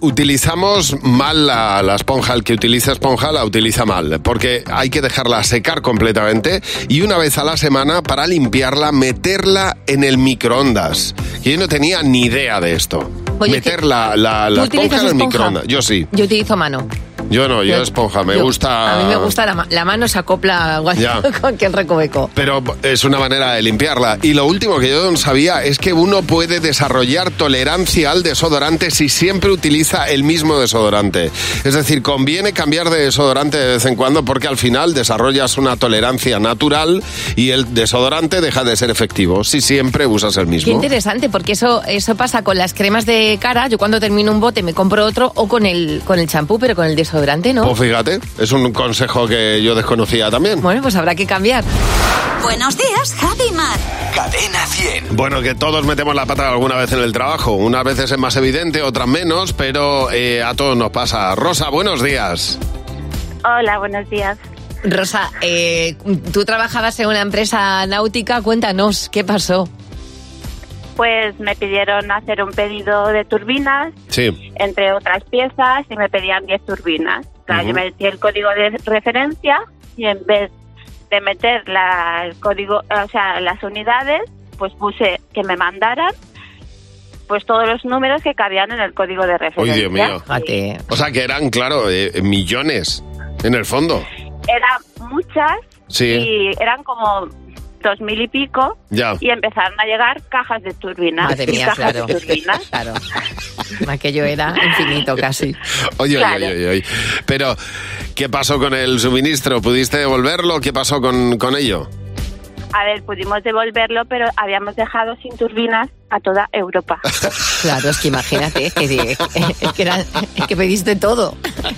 S3: utilizamos mal la, la esponja. El que utiliza esponja la utiliza mal. Porque hay que dejarla secar completamente y una vez a la semana para limpiarla, meterla en el microondas. Yo no tenía ni idea de esto.
S4: Oye,
S3: Meter la, la- la
S4: ¿tú
S3: esponja
S4: utilizas
S3: en el
S4: esponja?
S3: microondas. Yo sí.
S4: Yo utilizo mano.
S3: Yo no, yo,
S4: Yo-
S3: esponja. Me
S4: yo-
S3: gusta.
S4: A mí me gusta la, ma- la mano, se acopla guay
S3: Ah.
S4: *laughs*
S3: Ya.
S4: con quien recoveco.
S3: Pero es una manera de limpiarla. Y lo último que yo no sabía es que uno puede desarrollar tolerancia al desodorante si siempre utiliza el mismo desodorante. Es decir, conviene cambiar de desodorante de vez en cuando porque al final desarrollas una tolerancia natural y el desodorante deja de ser efectivo si siempre usas el
S4: Qué
S3: mismo.
S4: interesante, porque eso, eso pasa con las cremas de cara. Yo cuando termino un bote me compro otro o con el con el champú, pero con el desodorante no.
S3: Pues fíjate, es un consejo que yo desconocía también.
S4: Bueno, pues habrá que cambiar.
S20: Buenos días, Javi Mar.
S2: Cadena 100.
S3: Bueno, que todos metemos la pata alguna vez en el trabajo. Unas veces es más evidente, otras menos, pero eh, a todos nos pasa. Rosa, buenos días.
S13: Hola, buenos días.
S4: Rosa, eh, tú trabajabas en una empresa náutica, cuéntanos, ¿qué pasó?
S13: Pues me pidieron hacer un pedido de turbinas,
S3: Sí.
S13: entre otras piezas, y me pedían 10 turbinas. Claro,
S3: Ujú.
S13: yo metí el código de referencia y en vez de meter la, el código, o sea, las unidades, pues puse que me mandaran pues todos los números que cabían en el código de
S3: Uy,
S13: referencia.
S3: Dios mío. O sea que eran, claro, eh, millones en el fondo. *laughs*
S13: Eran muchas
S3: Sí,
S13: y eran como dos mil y pico
S3: ya.
S13: y empezaron a llegar cajas de turbinas.
S4: Madre
S13: y
S4: mía,
S13: cajas
S4: claro.
S13: de turbinas.
S4: Claro. *laughs* Aquello era infinito casi.
S3: Oye, oye,
S13: Claro.
S3: oye, oye, oye. Pero, ¿qué pasó con el suministro? ¿Pudiste devolverlo? ¿Qué pasó con, con ello?
S13: A ver, pudimos devolverlo, pero habíamos dejado sin turbinas a toda *laughs* Europa.
S4: Claro, es que imagínate, es que, es que era- es que pediste todo,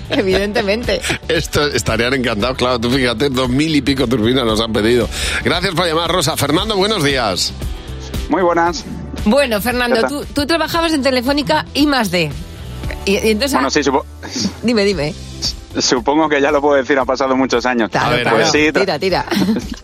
S4: evidentemente.
S3: Esto estarían encantados, claro. Tú fíjate, dos mil y pico turbinas nos han pedido. Gracias por llamar, Rosa. Fernando, buenos días.
S10: Muy buenas.
S4: Bueno, Fernando,
S10: Ya está.
S4: tú, tú trabajabas en Telefónica I más D. Y, y entonces,
S10: Bueno, sí, supo-
S4: dime, dime.
S10: supongo que ya lo puedo decir, han pasado muchos años. pues sí,
S4: Tira,
S10: tra- *laughs*
S4: tira.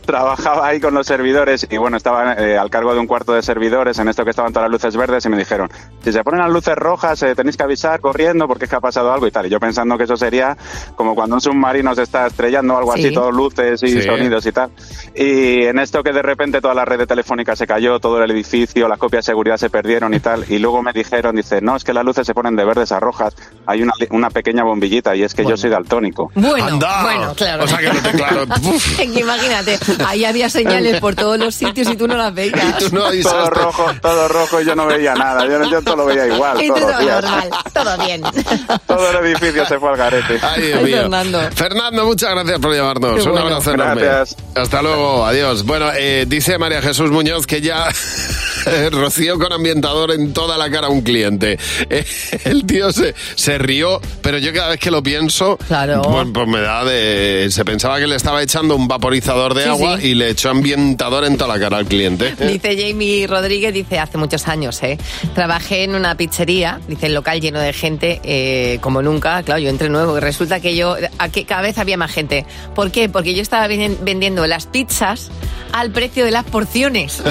S10: trabajaba ahí con los servidores y bueno, estaba eh, al cargo de un cuarto de servidores en esto que estaban todas las luces verdes y me dijeron, si se ponen las luces rojas eh, tenéis que avisar corriendo porque es que ha pasado algo y tal. Y yo pensando que eso sería como cuando un submarino se está estrellando o algo
S27: Sí.
S10: así, todo luces y
S27: Sí.
S10: sonidos y tal. Y en esto que de repente toda la red de telefónica se cayó, todo el edificio, las copias de seguridad se perdieron y tal. Y luego me dijeron, dice, no, es que las luces se ponen de verdes a rojas, hay una, una pequeña bombillita y es que yo soy daltónico.
S4: Bueno, bueno, claro.
S10: O sea que no te- claro, puf.
S4: Es que imagínate, ahí había señales por todos los sitios y tú no las veías.
S10: todo rojo, todo rojo y yo no veía nada. Yo, yo todo lo veía igual.
S4: Y tú
S10: todos los
S4: todo
S10: días.
S4: normal, todo bien.
S10: Todo el edificio se fue al garete.
S3: Ay, Dios mío. *laughs* Fernando, muchas gracias por llamarnos.
S10: Qué
S3: Un
S10: bueno.
S3: abrazo enorme.
S10: Gracias.
S3: Hasta luego, adiós. Bueno, eh, dice María Jesús Muñoz que ya *laughs* Rocío con ambientador en toda la cara a un cliente. *laughs* Eh, El tío se, se rió, pero yo cada vez que lo pienso, pues, pues me da de... Se pensaba que le estaba echando un vaporizador de
S4: Sí,
S3: agua
S4: sí.
S3: y le echó ambientador en toda la cara al cliente.
S4: Dice Jamie Rodríguez, dice, hace muchos años, ¿eh? Trabajé en una pizzería, dice, el local lleno de gente, eh, como nunca, claro, yo entré nuevo, y resulta que yo, a que cada vez había más gente. ¿Por qué? Porque yo estaba ven- vendiendo las pizzas al precio de
S22: *laughs*
S4: las porciones.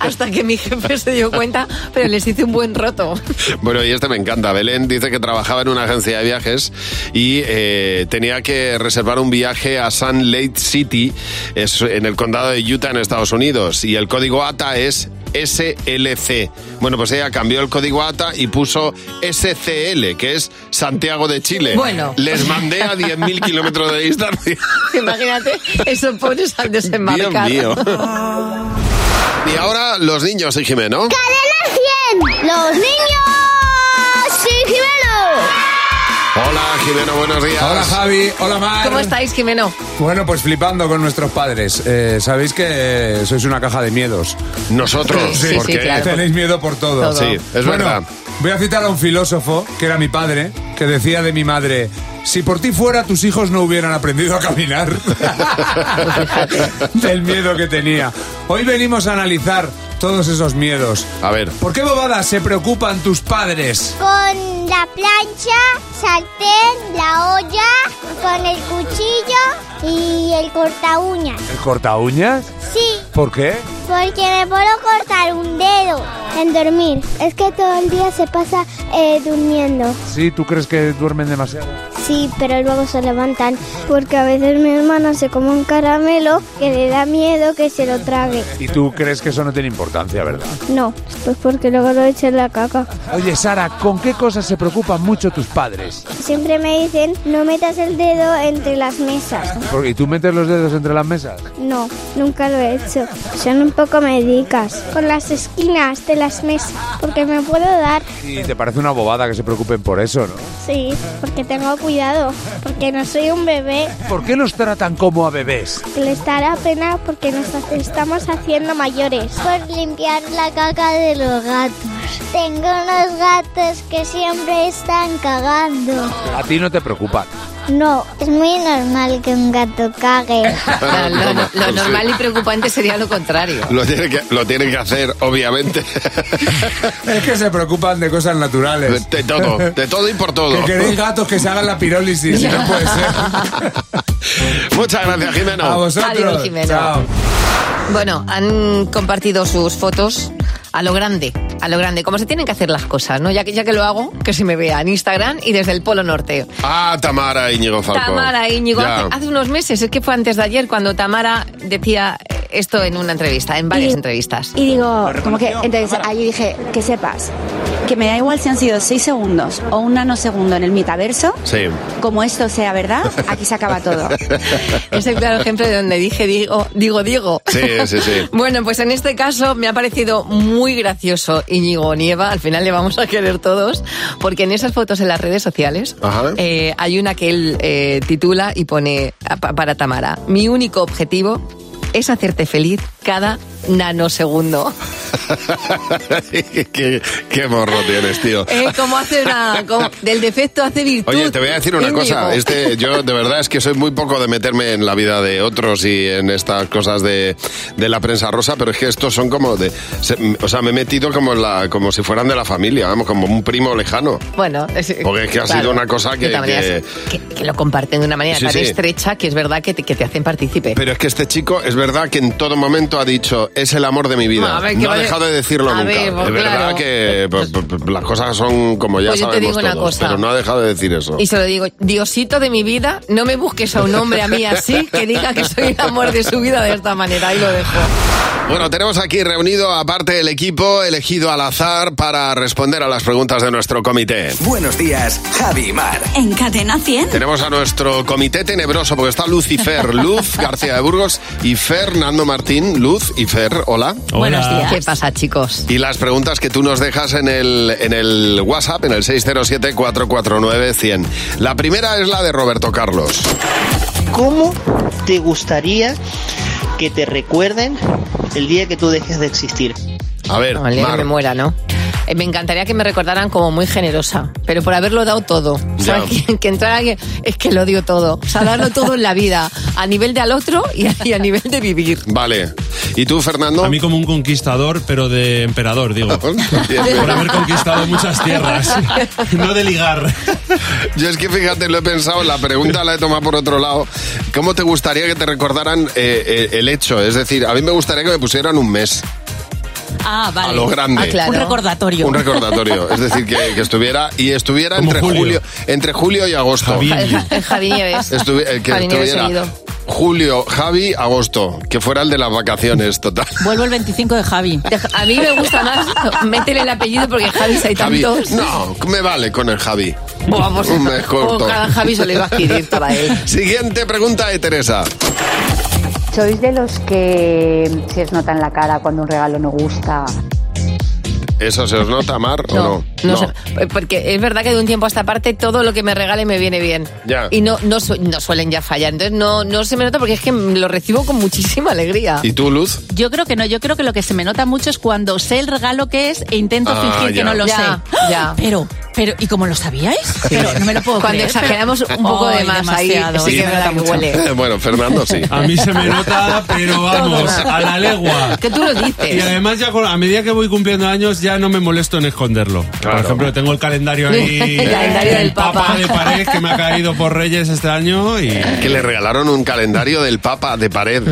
S4: Hasta que mi jefe se dio cuenta, pero les hice un
S22: *laughs*
S4: buen roto.
S3: Bueno, y este me encanta. Belén dice que trabajaba en una agencia de viajes y eh, tenía que reservar un viaje a Sun Lake City, es en el condado de Utah, en Estados Unidos. Y el código ATA es SLC. Bueno, pues ella cambió el código ATA y puso SCL, que es Santiago de Chile.
S4: Bueno.
S3: Les mandé a 10.000 kilómetros de distancia.
S4: Imagínate, eso pones al desembarcar. *laughs*
S3: Dios mío. Y ahora los niños y Jimeno.
S27: ¡Cadena 100! ¡Los niños! ¡Sí,
S3: Hola Jimeno, buenos días.
S22: Hola Javi, hola Mar.
S4: ¿Cómo estáis, Jimeno?
S22: Bueno, pues flipando con nuestros padres. Eh, Sabéis que eh, sois una caja de miedos.
S3: Nosotros, Sí, sí, porque- sí, claro.
S22: tenéis miedo por todo.
S3: Todo. Sí, es
S22: Bueno,
S3: verdad.
S22: Voy a citar a un filósofo, que era mi padre, que decía de mi madre, si por ti fuera tus hijos no hubieran aprendido a caminar. *laughs*
S4: *laughs*
S22: Del miedo que tenía. Hoy venimos a analizar todos esos miedos.
S3: A ver.
S22: ¿Por qué bobadas se preocupan tus padres?
S27: Con la plancha, sartén, la olla, con el cuchillo y el corta uñas.
S22: ¿El corta uñas?
S27: Sí,
S22: ¿Por qué?
S27: porque me puedo cortar un dedo en dormir. Es que todo el día se pasa eh, durmiendo.
S22: Sí, ¿tú crees que duermen demasiado?
S27: Sí, pero luego se levantan porque a veces mi hermana se come un caramelo que le da miedo que se lo trague.
S22: Y tú crees que eso no tiene importancia, ¿verdad?
S27: No, pues porque luego lo echa en la caca.
S22: Oye, Sara, ¿con qué cosas se preocupan mucho tus padres?
S27: Siempre me dicen, no metas el dedo entre las mesas.
S22: Porque, ¿Y tú metes los dedos entre las mesas?
S27: No, nunca lo he hecho. Son un poco medicas. Con las esquinas de las mesas, porque me puedo dar.
S22: Y te parece una bobada que se preocupen por eso, ¿no?
S27: Sí, porque tengo cuidado, porque no soy un bebé.
S22: ¿Por qué los tratan como a bebés?
S27: Les dará pena porque nos ha- estamos haciendo mayores. Por limpiar la caca de los gatos. Tengo unos gatos que siempre están cagando.
S22: A ti no te preocupan.
S27: No, es muy normal que un gato cague.
S4: Lo, lo- lo normal y preocupante sería lo contrario.
S3: Lo tiene que, lo tiene que hacer, obviamente.
S22: *laughs* Es que se preocupan de cosas naturales.
S3: De todo, de todo y por todo.
S22: Que queréis gatos que se hagan la pirólisis, no puede ser.
S3: *laughs* Muchas gracias, Jimeno.
S22: A vosotros.
S4: Adiós, Jimeno.
S22: Chao.
S4: Bueno, han compartido sus fotos a lo grande, a lo grande, como se tienen que hacer las cosas, ¿no? Ya que, ya que lo hago, que se me vea en Instagram y desde el Polo Norte.
S3: Ah, Tamara Íñigo Falco.
S4: Tamara Íñigo,
S3: Ya.
S4: hace, hace unos meses, es que fue antes de ayer, cuando Tamara decía esto en una entrevista, en varias
S28: Y-
S4: entrevistas.
S28: Y digo, como que, entonces allí dije, que sepas, que me da igual si han sido seis segundos o un nanosegundo en el metaverso,
S3: Sí.
S28: como esto sea verdad, aquí se acaba todo.
S4: Es el claro ejemplo de donde dije, digo, digo, digo.
S3: Sí, sí, sí.
S4: *laughs* Bueno, pues en este caso me ha parecido muy gracioso Íñigo Nieva, al final le vamos a querer todos, porque en esas fotos en las redes sociales
S29: Ajá.
S4: eh, hay una que él eh, titula y pone a- pa- para Tamara, mi único objetivo es hacerte feliz cada
S3: *laughs*
S4: nanosegundo.
S3: qué, qué morro tienes, tío.
S4: Eh, como hace una... como- del defecto hace virtud.
S3: Oye, te voy a decir una
S4: Íñigo.
S3: cosa. Este, yo de verdad es que soy muy poco de meterme en la vida de otros y en estas cosas de, de la prensa rosa, pero es que estos son como de, se- o sea, me he metido como en la, como si fueran de la familia, vamos, como un primo lejano.
S4: Bueno, es,
S3: Porque es que ha sido una cosa
S4: de
S3: que-
S4: todas maneras,
S3: que-
S4: que- que lo comparten de una manera
S3: Sí,
S4: tan
S3: sí.
S4: estrecha que es verdad que te, que te hacen partícipe.
S3: Pero es que este chico es verdad que en todo momento ha dicho es el amor de mi vida.
S4: A ver, que
S3: no ha
S4: vale-
S3: dejado de decirlo
S4: A
S3: nunca.
S4: ver, pues,
S3: es verdad
S4: claro.
S3: que pues, pues, las cosas son como ya
S4: Pues yo te
S3: sabemos
S4: digo una
S3: todos,
S4: cosa.
S3: pero no ha dejado de decir eso.
S4: Y se lo digo, Diosito de mi vida, no me busques a un hombre a mí así que diga que soy el amor de su vida de esta manera. Y lo dejo.
S3: Bueno, tenemos aquí reunido aparte del equipo elegido al azar para responder a las preguntas de nuestro comité.
S2: Buenos días, Javi y Mar.
S20: En Cadena 100.
S3: Tenemos a nuestro comité tenebroso porque está
S4: *laughs*
S3: Lucifer, Luz García de Burgos y Fernando Martín. Luz y Fer, hola.
S4: Buenos días. ¿Qué pasa, chicos?
S3: Y las preguntas que tú nos dejas en el, en el WhatsApp, en el 607-449-100. La primera es la de Roberto Carlos.
S30: ¿Cómo te gustaría que te recuerden el día que tú dejes de existir?
S3: A ver,
S4: No, el día que
S3: Mar.
S4: me muera, ¿no? Eh, Me encantaría que me recordaran como muy generosa, pero por haberlo dado todo. O sea,
S3: Ya.
S4: que, que entrara alguien, es que lo dio todo. O sea, darlo todo en la vida, a nivel de al otro y a, y a nivel de vivir.
S3: Vale. ¿Y tú, Fernando?
S5: A mí como un conquistador, pero de emperador,
S3: *laughs*
S5: digo.
S3: Por
S5: haber conquistado muchas
S4: *laughs*
S5: tierras. No de ligar.
S3: Yo es que fíjate, lo he pensado, la pregunta la he tomado por otro lado. ¿Cómo te gustaría que te recordaran eh, eh, el hecho? Es decir, a mí me gustaría que me pusieran un mes.
S13: Ah, vale.
S3: A lo grande.
S13: Ah, claro. Un recordatorio.
S3: Un recordatorio. Es decir, que, que estuviera y estuviera
S5: Como
S3: entre julio.
S5: Julio.
S3: entre julio y agosto.
S4: *laughs* Ja- Javi Nieves.
S3: Estuvi- eh, que
S4: Javi Nieves
S3: estuviera
S4: seguido.
S3: julio, Javi, agosto, que fuera el de las vacaciones, total.
S13: Vuelvo el 25 de Javi.
S4: A mí me gusta más, métele el apellido porque Javi hay
S3: Javi,
S4: tantos.
S3: no, me vale con el Javi.
S4: Buah, pues
S3: un
S4: eso,
S3: mes corto.
S4: con cada Javi se lo iba a adquirir para él.
S3: *laughs* Siguiente pregunta de Teresa.
S31: ¿Sois de los que se os nota en la cara cuando un regalo no gusta?
S3: ¿Eso se os nota, Mar, o no?
S4: No sé, eh, porque es verdad que de un tiempo a esta parte todo lo que me regale me viene bien.
S3: Ya.
S4: Y no, no, su- no suelen ya fallar. Entonces no, no se me nota porque es que lo recibo con muchísima alegría.
S3: ¿Y tú, Luz?
S13: Yo creo que no, yo creo que lo que se me nota mucho es cuando sé el regalo que es e intento
S3: Ah,
S13: fingir
S3: ya.
S13: que no lo
S4: Ya,
S13: sé.
S4: ya.
S13: *gasps* Pero, pero, ¿y cómo lo sabíais? Pero no me lo puedo
S4: Cuando
S13: creer, pero-
S4: exageramos un poco de
S13: Ay,
S4: más ahí,
S13: demasiado,
S4: sí que
S13: se
S4: es
S13: me
S4: verdad
S13: nota
S4: que
S13: mucho.
S4: huele.
S3: *laughs* Bueno, Fernando sí.
S5: A mí se me nota, pero vamos, a la legua.
S4: Que tú lo dices.
S5: Y además ya con- a medida que voy cumpliendo años ya no me molesto en esconderlo. Por ejemplo, tengo el calendario ahí.
S4: *laughs* El calendario del
S5: Papa
S4: Papa.
S5: de pared que me ha caído por Reyes este año y Mm.
S3: Que le regalaron un calendario del Papa de pared.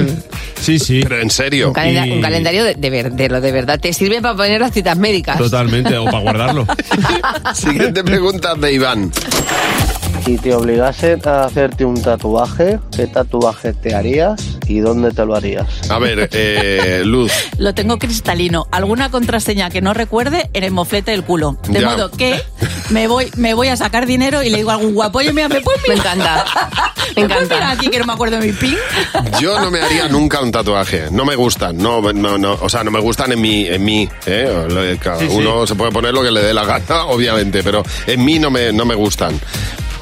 S5: Sí, sí.
S3: Pero en serio.
S4: Un, calenda- un calendario de, de ver- de lo de verdad. Te sirve para poner las citas médicas.
S5: totalmente o para guardarlo.
S3: Siguiente pregunta de Iván.
S6: Si te obligase a hacerte un tatuaje, ¿qué tatuaje te harías y dónde te lo harías?
S3: A ver, eh, Luz.
S13: *laughs* Lo tengo cristalino. Alguna contraseña que no recuerde en el moflete del culo. De
S3: Ya.
S13: modo que me voy, me voy a sacar dinero y le digo a algún guapo, oye, mira, me puedes mirar.
S4: Me encanta.
S13: Me encanta. aquí que no me acuerdo de mi pin.
S3: Yo no me haría nunca un tatuaje. No me gustan. No, no, no. O sea, no me gustan en mí. En mí ¿eh? O lo de cada
S5: Sí, sí.
S3: Uno se puede poner lo que le dé la gana, *laughs* obviamente, pero en mí no me, no me gustan.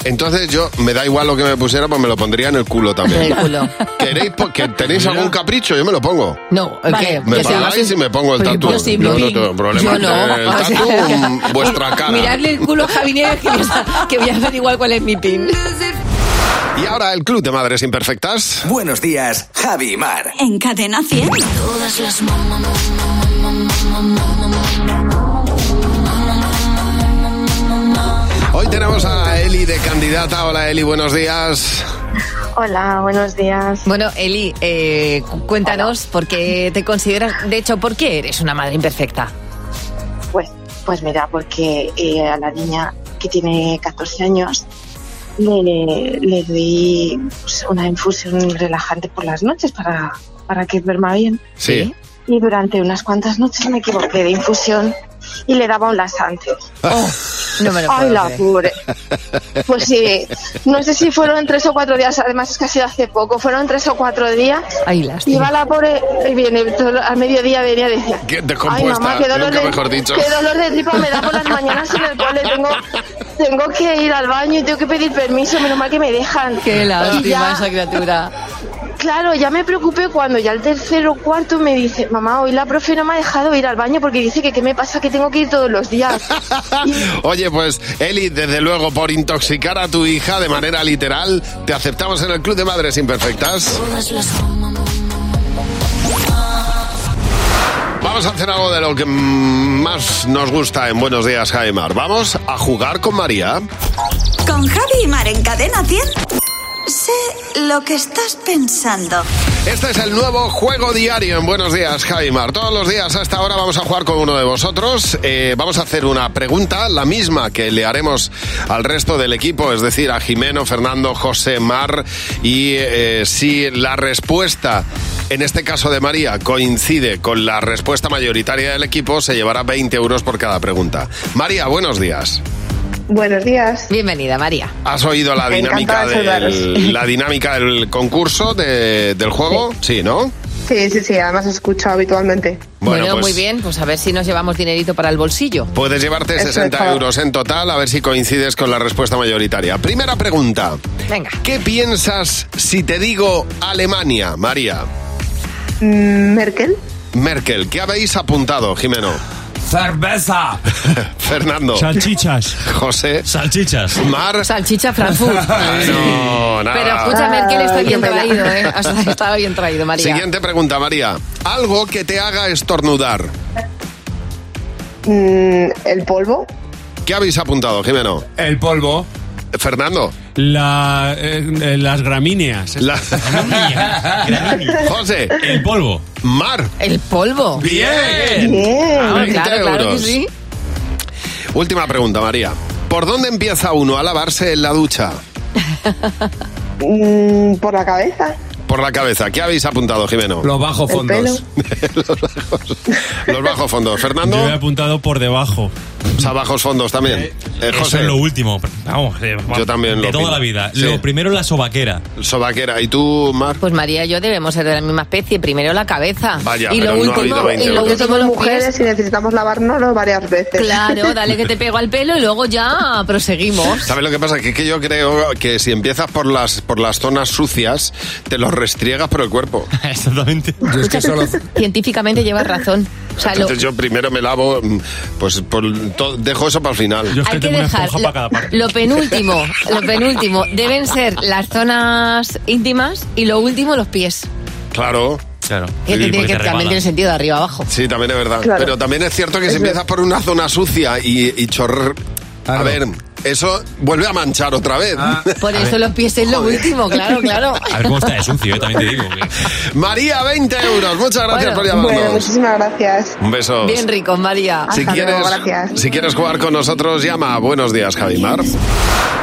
S3: Entonces yo me da igual lo que me pusiera, pues me lo pondría en el culo también.
S4: En el culo.
S3: ¿Queréis po- que tenéis algún capricho? Yo me lo pongo.
S4: No, ¿el qué?
S3: Me
S4: Que *laughs* se llama Pues
S3: pagáis
S4: sin-
S3: y me pongo el
S4: Pero
S3: tatu.
S4: yo sin
S3: Yo no
S4: pin.
S3: tengo problema.
S4: Yo no.
S3: El
S4: O
S3: tatu,
S4: sea, *laughs*
S3: mm, vuestra cara.
S4: Miradle el culo a Javi Nieves que, voy a- que voy a averiguar cuál es mi pin.
S3: Y ahora el Club de Madres Imperfectas.
S32: Buenos días, Javi y Mar.
S20: En Cadena 100.
S33: Todas las
S3: Hoy tenemos a Eli de candidata. Hola Eli, buenos días.
S4: Hola, buenos días. Bueno, Eli, eh, cu- cuéntanos por qué te consideras, de hecho, ¿por qué eres una madre imperfecta?
S7: Pues, pues mira, porque eh, a la niña que tiene 14 años le, le doy pues, una infusión relajante por las noches para, para que duerma bien.
S3: Sí.
S7: Y durante unas cuantas noches me equivoqué de infusión y le daba un laxante.
S4: no me lo
S7: Ay,
S4: puedo
S7: la
S4: creer.
S7: pobre. Pues sí, no sé si fueron tres o cuatro días, además es que ha sido hace poco, fueron tres o cuatro días.
S4: Ay,
S7: Iba la pobre, y viene, todo- al mediodía venía y decía,
S3: Qué descompuesta,
S7: Ay, mamá, qué dolor,
S3: nunca
S7: de,
S3: mejor dicho.
S7: qué dolor de tripa me da por las mañanas en el cole. Tengo, tengo que ir al baño y tengo que pedir permiso, menos mal que me dejan.
S4: Qué
S7: Y
S4: lástima
S7: ya,
S4: esa criatura.
S7: Claro, ya me preocupé cuando ya el tercero o cuarto me dice, mamá, hoy la profe no me ha dejado ir al baño porque dice que qué me pasa, que tengo que ir todos los días.
S3: Oye, pues Eli, desde luego, por intoxicar a tu hija de manera literal, te aceptamos en el Club de Madres Imperfectas. Vamos a hacer algo de lo que mm, más nos gusta en Buenos Días, Jaimar. Vamos a jugar con María.
S20: Con Javi y Mar en Cadena 100. Sé lo que estás pensando.
S3: Este es el nuevo juego diario en Buenos Días, Jaimar. Todos los días hasta ahora vamos a jugar con uno de vosotros. Eh, vamos a hacer una pregunta, la misma que le haremos al resto del equipo, es decir, a Jimeno, Fernando, José, Mar. Y eh, si la respuesta, en este caso de María, coincide con la respuesta mayoritaria del equipo, se llevará 20 euros por cada pregunta. María, buenos días.
S7: Buenos días.
S4: Bienvenida, María.
S3: ¿Has oído la dinámica,
S7: Encantada de saludaros.
S3: del, la dinámica del concurso, de- del juego? sí ¿no?
S7: Sí, sí, sí, además escucho habitualmente.
S4: Bueno,
S3: pues-
S4: muy bien, pues a ver si nos llevamos dinerito para el bolsillo.
S3: Puedes llevarte
S4: Eso es
S3: 60
S4: todo.
S3: euros en total, a ver si coincides con la respuesta mayoritaria. Primera pregunta.
S4: Venga.
S3: ¿Qué piensas si te digo Alemania, María?
S7: Mm, ¿Merkel?
S3: Merkel. ¿Qué habéis apuntado, Jimeno?
S22: Cerveza.
S3: *laughs* Fernando.
S17: Salchichas.
S3: José.
S17: Salchichas.
S3: Mar.
S4: Salchicha Frankfurt.
S3: *laughs* No, nada.
S4: Pero escucha, Merkel está
S3: Ay,
S4: bien
S3: qué pena.
S4: traído,
S3: *laughs*
S4: ¿eh? O sea, está bien traído, María.
S3: Siguiente pregunta, María. Algo que te haga estornudar.
S12: Mm, ¿El polvo?
S3: ¿Qué habéis apuntado, Jimeno?
S22: El polvo.
S3: Fernando.
S5: La, eh, eh, las gramíneas.
S3: *laughs* José.
S5: El polvo.
S3: Mar.
S4: El polvo.
S3: Bien.
S4: Bien. Ah,
S3: 20
S4: claro, claro que
S3: euros.
S4: sí.
S3: Última pregunta, María. ¿Por dónde empieza uno a lavarse en la ducha?
S12: Mm, ¿Por la cabeza?
S3: Por la cabeza. ¿Qué habéis apuntado, Jimeno?
S22: Los bajos
S12: El fondos.
S3: *laughs* Los bajos- los bajos fondos. Fernando.
S17: Yo he apuntado por debajo.
S3: O sea, bajos fondos también. Eh,
S17: Eso
S3: José.
S17: es lo último. Vamos, *laughs* eh, vamos.
S3: Yo también
S17: De
S3: lo
S17: toda
S3: opino.
S17: la vida.
S3: Sí.
S17: Lo primero la sobaquera.
S3: Sobaquera. ¿Y tú, Mar?
S4: Pues María y yo debemos ser de la misma especie. Primero la cabeza.
S3: Vaya,
S4: y
S3: pero
S4: lo
S3: no ha
S4: último,
S3: habido 20
S4: y lo
S3: euros.
S4: último
S12: Somos
S4: los
S12: mujeres
S4: pies.
S12: y necesitamos lavarnos varias veces.
S6: *laughs*
S4: Claro, dale que te pego al pelo y luego ya proseguimos.
S3: ¿Sabes lo que pasa? Que, es que yo creo que si empiezas por las, por las zonas sucias, te los restriegas por el
S17: *laughs*
S3: cuerpo.
S17: Exactamente.
S4: Científicamente llevas razón. O sea, lo-
S3: Entonces yo primero me lavo, mm, pues por to- dejo eso para el final.
S4: hay que dejar lo, lo penúltimo, lo penúltimo deben ser las zonas íntimas y lo último los pies.
S3: Claro.
S17: Claro.
S4: Que, te tiene que- también tiene sentido de arriba a abajo.
S3: Sí, también es verdad.
S4: Claro.
S3: Pero también es cierto que si
S4: Es
S3: empiezas por una zona sucia y, y chorrer... A ver, eso vuelve a manchar otra vez. *laughs*
S4: Por eso los pies es lo último, claro, claro.
S17: Ah. A ver cómo está de sucio, eh, también te digo. que-
S3: María, 20 euros. Muchas gracias por llamarnos.
S12: Bueno, muchísimas gracias.
S3: Un beso.
S4: pues- Bien rico, María.
S3: Si quieres, si quieres jugar con nosotros, llama. a Buenos días, Javimar.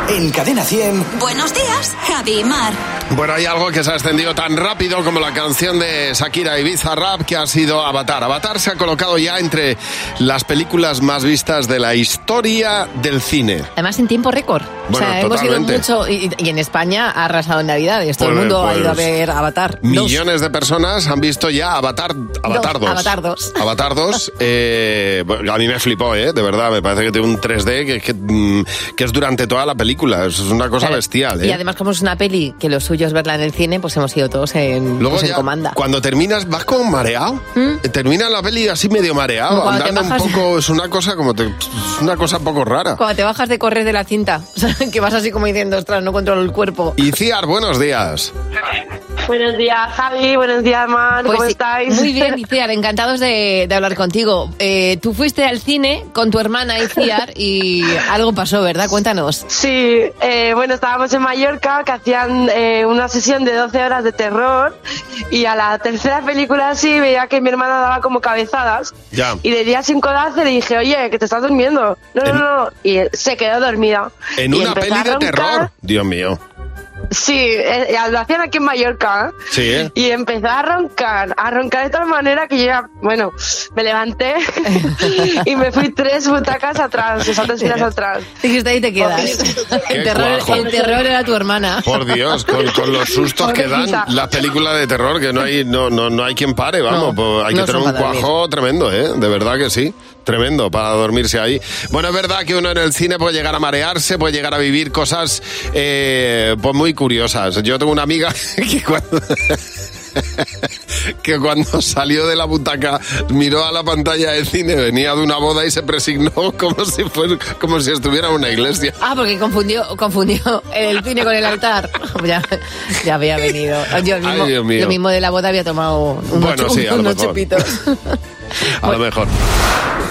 S2: En Cadena 100.
S20: Buenos días, Javi y Mar.
S3: Bueno, hay algo que se ha extendido tan rápido como la canción de Shakira y Bizarrap que ha sido Avatar. Avatar se ha colocado ya entre las películas más vistas de la historia del cine.
S4: Además en tiempo récord.
S3: Bueno,
S4: o sea, hemos ido
S3: totalmente.
S4: mucho y, y en España ha arrasado en Navidades. Todo el
S3: Pues,
S4: mundo ha ido a
S3: pues,
S4: ver Avatar. Dos.
S3: Millones de personas han visto ya Avatar,
S4: Dos, *laughs*
S3: Avatar 2.
S4: Avatar 2.
S3: Avatar 2, eh, bueno, a mí me flipó, ¿eh? De verdad, me parece que tiene un 3D que, que, mm, que es durante toda la película. Es una cosa bestial, ¿eh?
S4: Y además como es una peli que lo suyo es verla en el cine, pues hemos ido todos en,
S3: Luego
S4: pues, en
S3: ya,
S4: comanda. ¿Mm?
S3: cuando terminas, vas como mareado. Termina la peli así medio mareado,
S4: Como cuando te
S3: andando un
S4: bajas-
S3: poco. Es una cosa como te- es una cosa un poco rara.
S4: Cuando te bajas de correr de la cinta, *laughs* o sea, que vas así como diciendo, ostras, no controlo el cuerpo.
S3: Y Ciar, buenos días.
S6: Buenos días, Javi. Buenos días, Mar.
S4: Pues
S6: ¿Cómo
S4: sí,
S6: estáis?
S4: Muy
S6: *laughs*
S4: bien, Iciar, encantados de, de hablar contigo. Eh, tú fuiste al cine con tu hermana Iciar y algo pasó, ¿verdad? Cuéntanos.
S6: Sí, eh, bueno, estábamos en Mallorca que hacían eh, una sesión de 12 horas de terror y a la tercera película así veía que mi hermana daba como cabezadas
S3: Ya.
S6: y le di así un codazo y le dije, oye, que te estás durmiendo. No, no, no, no. Y eh, se quedó dormida.
S3: En
S6: Y
S3: una
S6: empezó
S3: peli
S6: a
S3: de
S6: roncar.
S3: terror. Dios mío.
S6: Sí, eh, eh, lo hacían aquí en Mallorca. ¿eh?
S3: Sí, ¿eh?
S6: Y empezó a roncar, a roncar de tal manera que yo ya, bueno, me levanté *laughs* y me fui tres butacas atrás, o sea, tres filas atrás.
S4: Dijiste ahí te quedas.
S3: Qué
S4: El terror,
S3: cuajo.
S4: el terror era tu hermana.
S3: Por Dios, con,
S4: *laughs*
S3: con los sustos que dan
S4: Pobrecita.
S3: las películas de terror, que no hay, no, no, no hay quien pare,
S4: No,
S3: vamos. pues hay que
S4: no
S3: tener
S4: son
S3: un
S4: para dormir.
S3: cuajo tremendo, ¿eh? De verdad que sí. Tremendo para dormirse ahí. Bueno, es verdad que uno en el cine puede llegar a marearse, puede llegar a vivir cosas eh, pues muy curiosas. Yo tengo una amiga *laughs* que cuando, que cuando salió de la butaca miró a la pantalla del cine, venía de una boda y se presignó como si, fuera, como si estuviera en una iglesia.
S4: Ah, porque confundió, confundió el cine con el altar. *laughs* Ya, ya había venido. Yo mismo,
S3: Ay, Dios mío.
S4: Yo mismo de la boda había tomado un
S3: Bueno, sí, a lo
S4: unos
S3: mejor.
S4: chupitos.
S3: A lo mejor.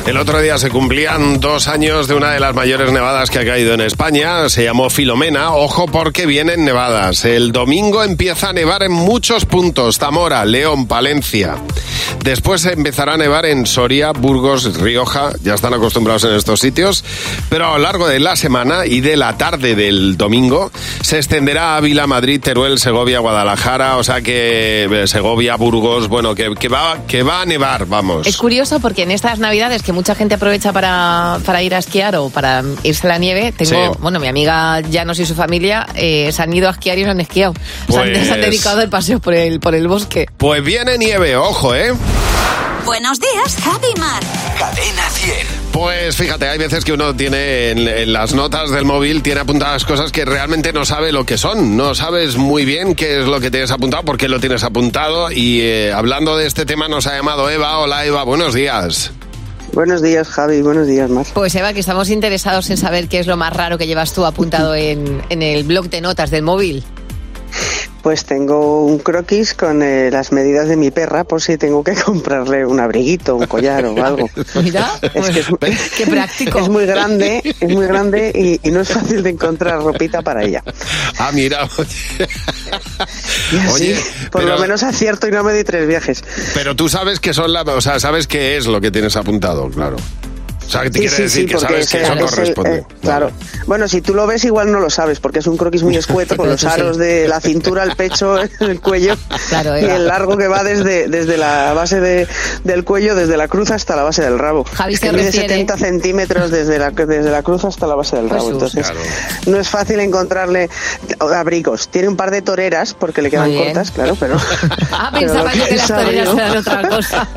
S3: El otro día se cumplían dos años de una de las mayores nevadas que ha caído en España. Se llamó Filomena. Ojo porque vienen nevadas. El domingo empieza a nevar en muchos puntos. Zamora, León, Palencia. Después empezará a nevar en Soria, Burgos, Rioja. Ya están acostumbrados en estos sitios. Pero a lo largo de la semana y de la tarde del domingo se extenderá a Ávila, Madrid, Teruel, Segovia, Guadalajara. O sea que eh, Segovia, Burgos, bueno, que, que va, que va a nevar, vamos.
S4: Es curioso porque en estas navidades que mucha gente aprovecha para, para ir a esquiar o para irse a la nieve, tengo,
S3: Sí.
S4: bueno, mi amiga Llanos y su familia eh, se han ido a esquiar y se han esquiado. Se, han,
S3: Pues-
S4: se han dedicado al paseo por el, por el bosque.
S3: Pues viene nieve, ojo, ¿eh?
S20: Buenos días, Javi y Mar.
S2: Cadena 100.
S3: Pues fíjate, hay veces que uno tiene en, en las notas del móvil, tiene apuntadas cosas que realmente no sabe lo que son, no sabes muy bien qué es lo que tienes apuntado, por qué lo tienes apuntado y eh, hablando de este tema nos ha llamado Eva. Hola Eva, buenos días.
S8: Buenos días, Javi. Buenos días, Mar.
S4: Pues Eva, que estamos interesados en saber qué es lo más raro que llevas tú apuntado en, en el blog de notas del móvil.
S8: Pues tengo un croquis con eh, las medidas de mi perra por si tengo que *laughs* comprarle un abriguito, un collar o algo.
S4: *laughs* Mira, pues,
S8: es que es, mu-
S4: qué práctico.
S8: es muy grande, es muy grande y, y no es fácil de encontrar ropita para ella.
S3: Ah,
S8: *laughs*
S3: mira, oye. Oye,
S8: Por
S3: pero,
S8: lo menos acierto y no me di tres viajes.
S3: pero tú sabes que son la, o sea, sabes qué es lo que tienes apuntado, claro. O sea, que te
S8: Sí,
S3: quiere
S8: sí,
S3: decir
S8: sí,
S3: que
S8: porque
S3: sabes que
S8: ese-
S3: eso
S8: ese-
S3: corresponde.
S8: eh, claro. Bueno, si tú lo ves igual no lo sabes porque es un croquis muy escueto con los
S4: *laughs* Sí, sí.
S8: aros de la cintura al pecho, *laughs* el cuello
S4: Claro, eh.
S8: y
S4: Eva.
S8: el largo que va desde, desde la base de- del cuello, desde la cruz hasta la base del rabo.
S4: Javi se
S8: Que mide
S4: refiere- Pues
S8: 70 centímetros desde la, desde la cruz hasta la base del rabo.
S4: Jesús.
S8: Entonces no es fácil encontrarle abrigos. Tiene un par de toreras porque le quedan
S4: Muy bien.
S8: cortas, claro,
S4: *laughs*
S8: pero...
S4: *laughs* Ah,
S8: pero
S4: pensaba
S8: lo
S4: yo que las
S8: sabe,
S4: toreras
S8: ¿no?
S4: eran otra cosa.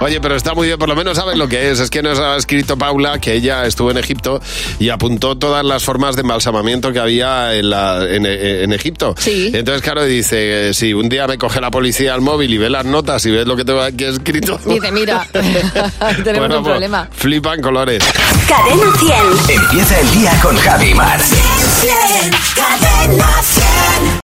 S3: Oye, pero está muy bien, por lo menos sabes lo que es. Es que nos ha escrito Paula que ella estuvo en Egipto y apuntó todas las formas de embalsamamiento que había en, la- en- en Egipto.
S4: Sí.
S3: Entonces, claro, dice, eh, si un día me coge la policía al móvil y ve las notas y ves lo que tengo aquí escrito,
S4: Dice, mira, *laughs* tenemos
S3: *laughs* bueno,
S4: un
S3: pues,
S4: problema.
S3: flipan colores.
S20: Cadena 100.
S2: Empieza el día con Javi Mar.
S20: Cadena 100.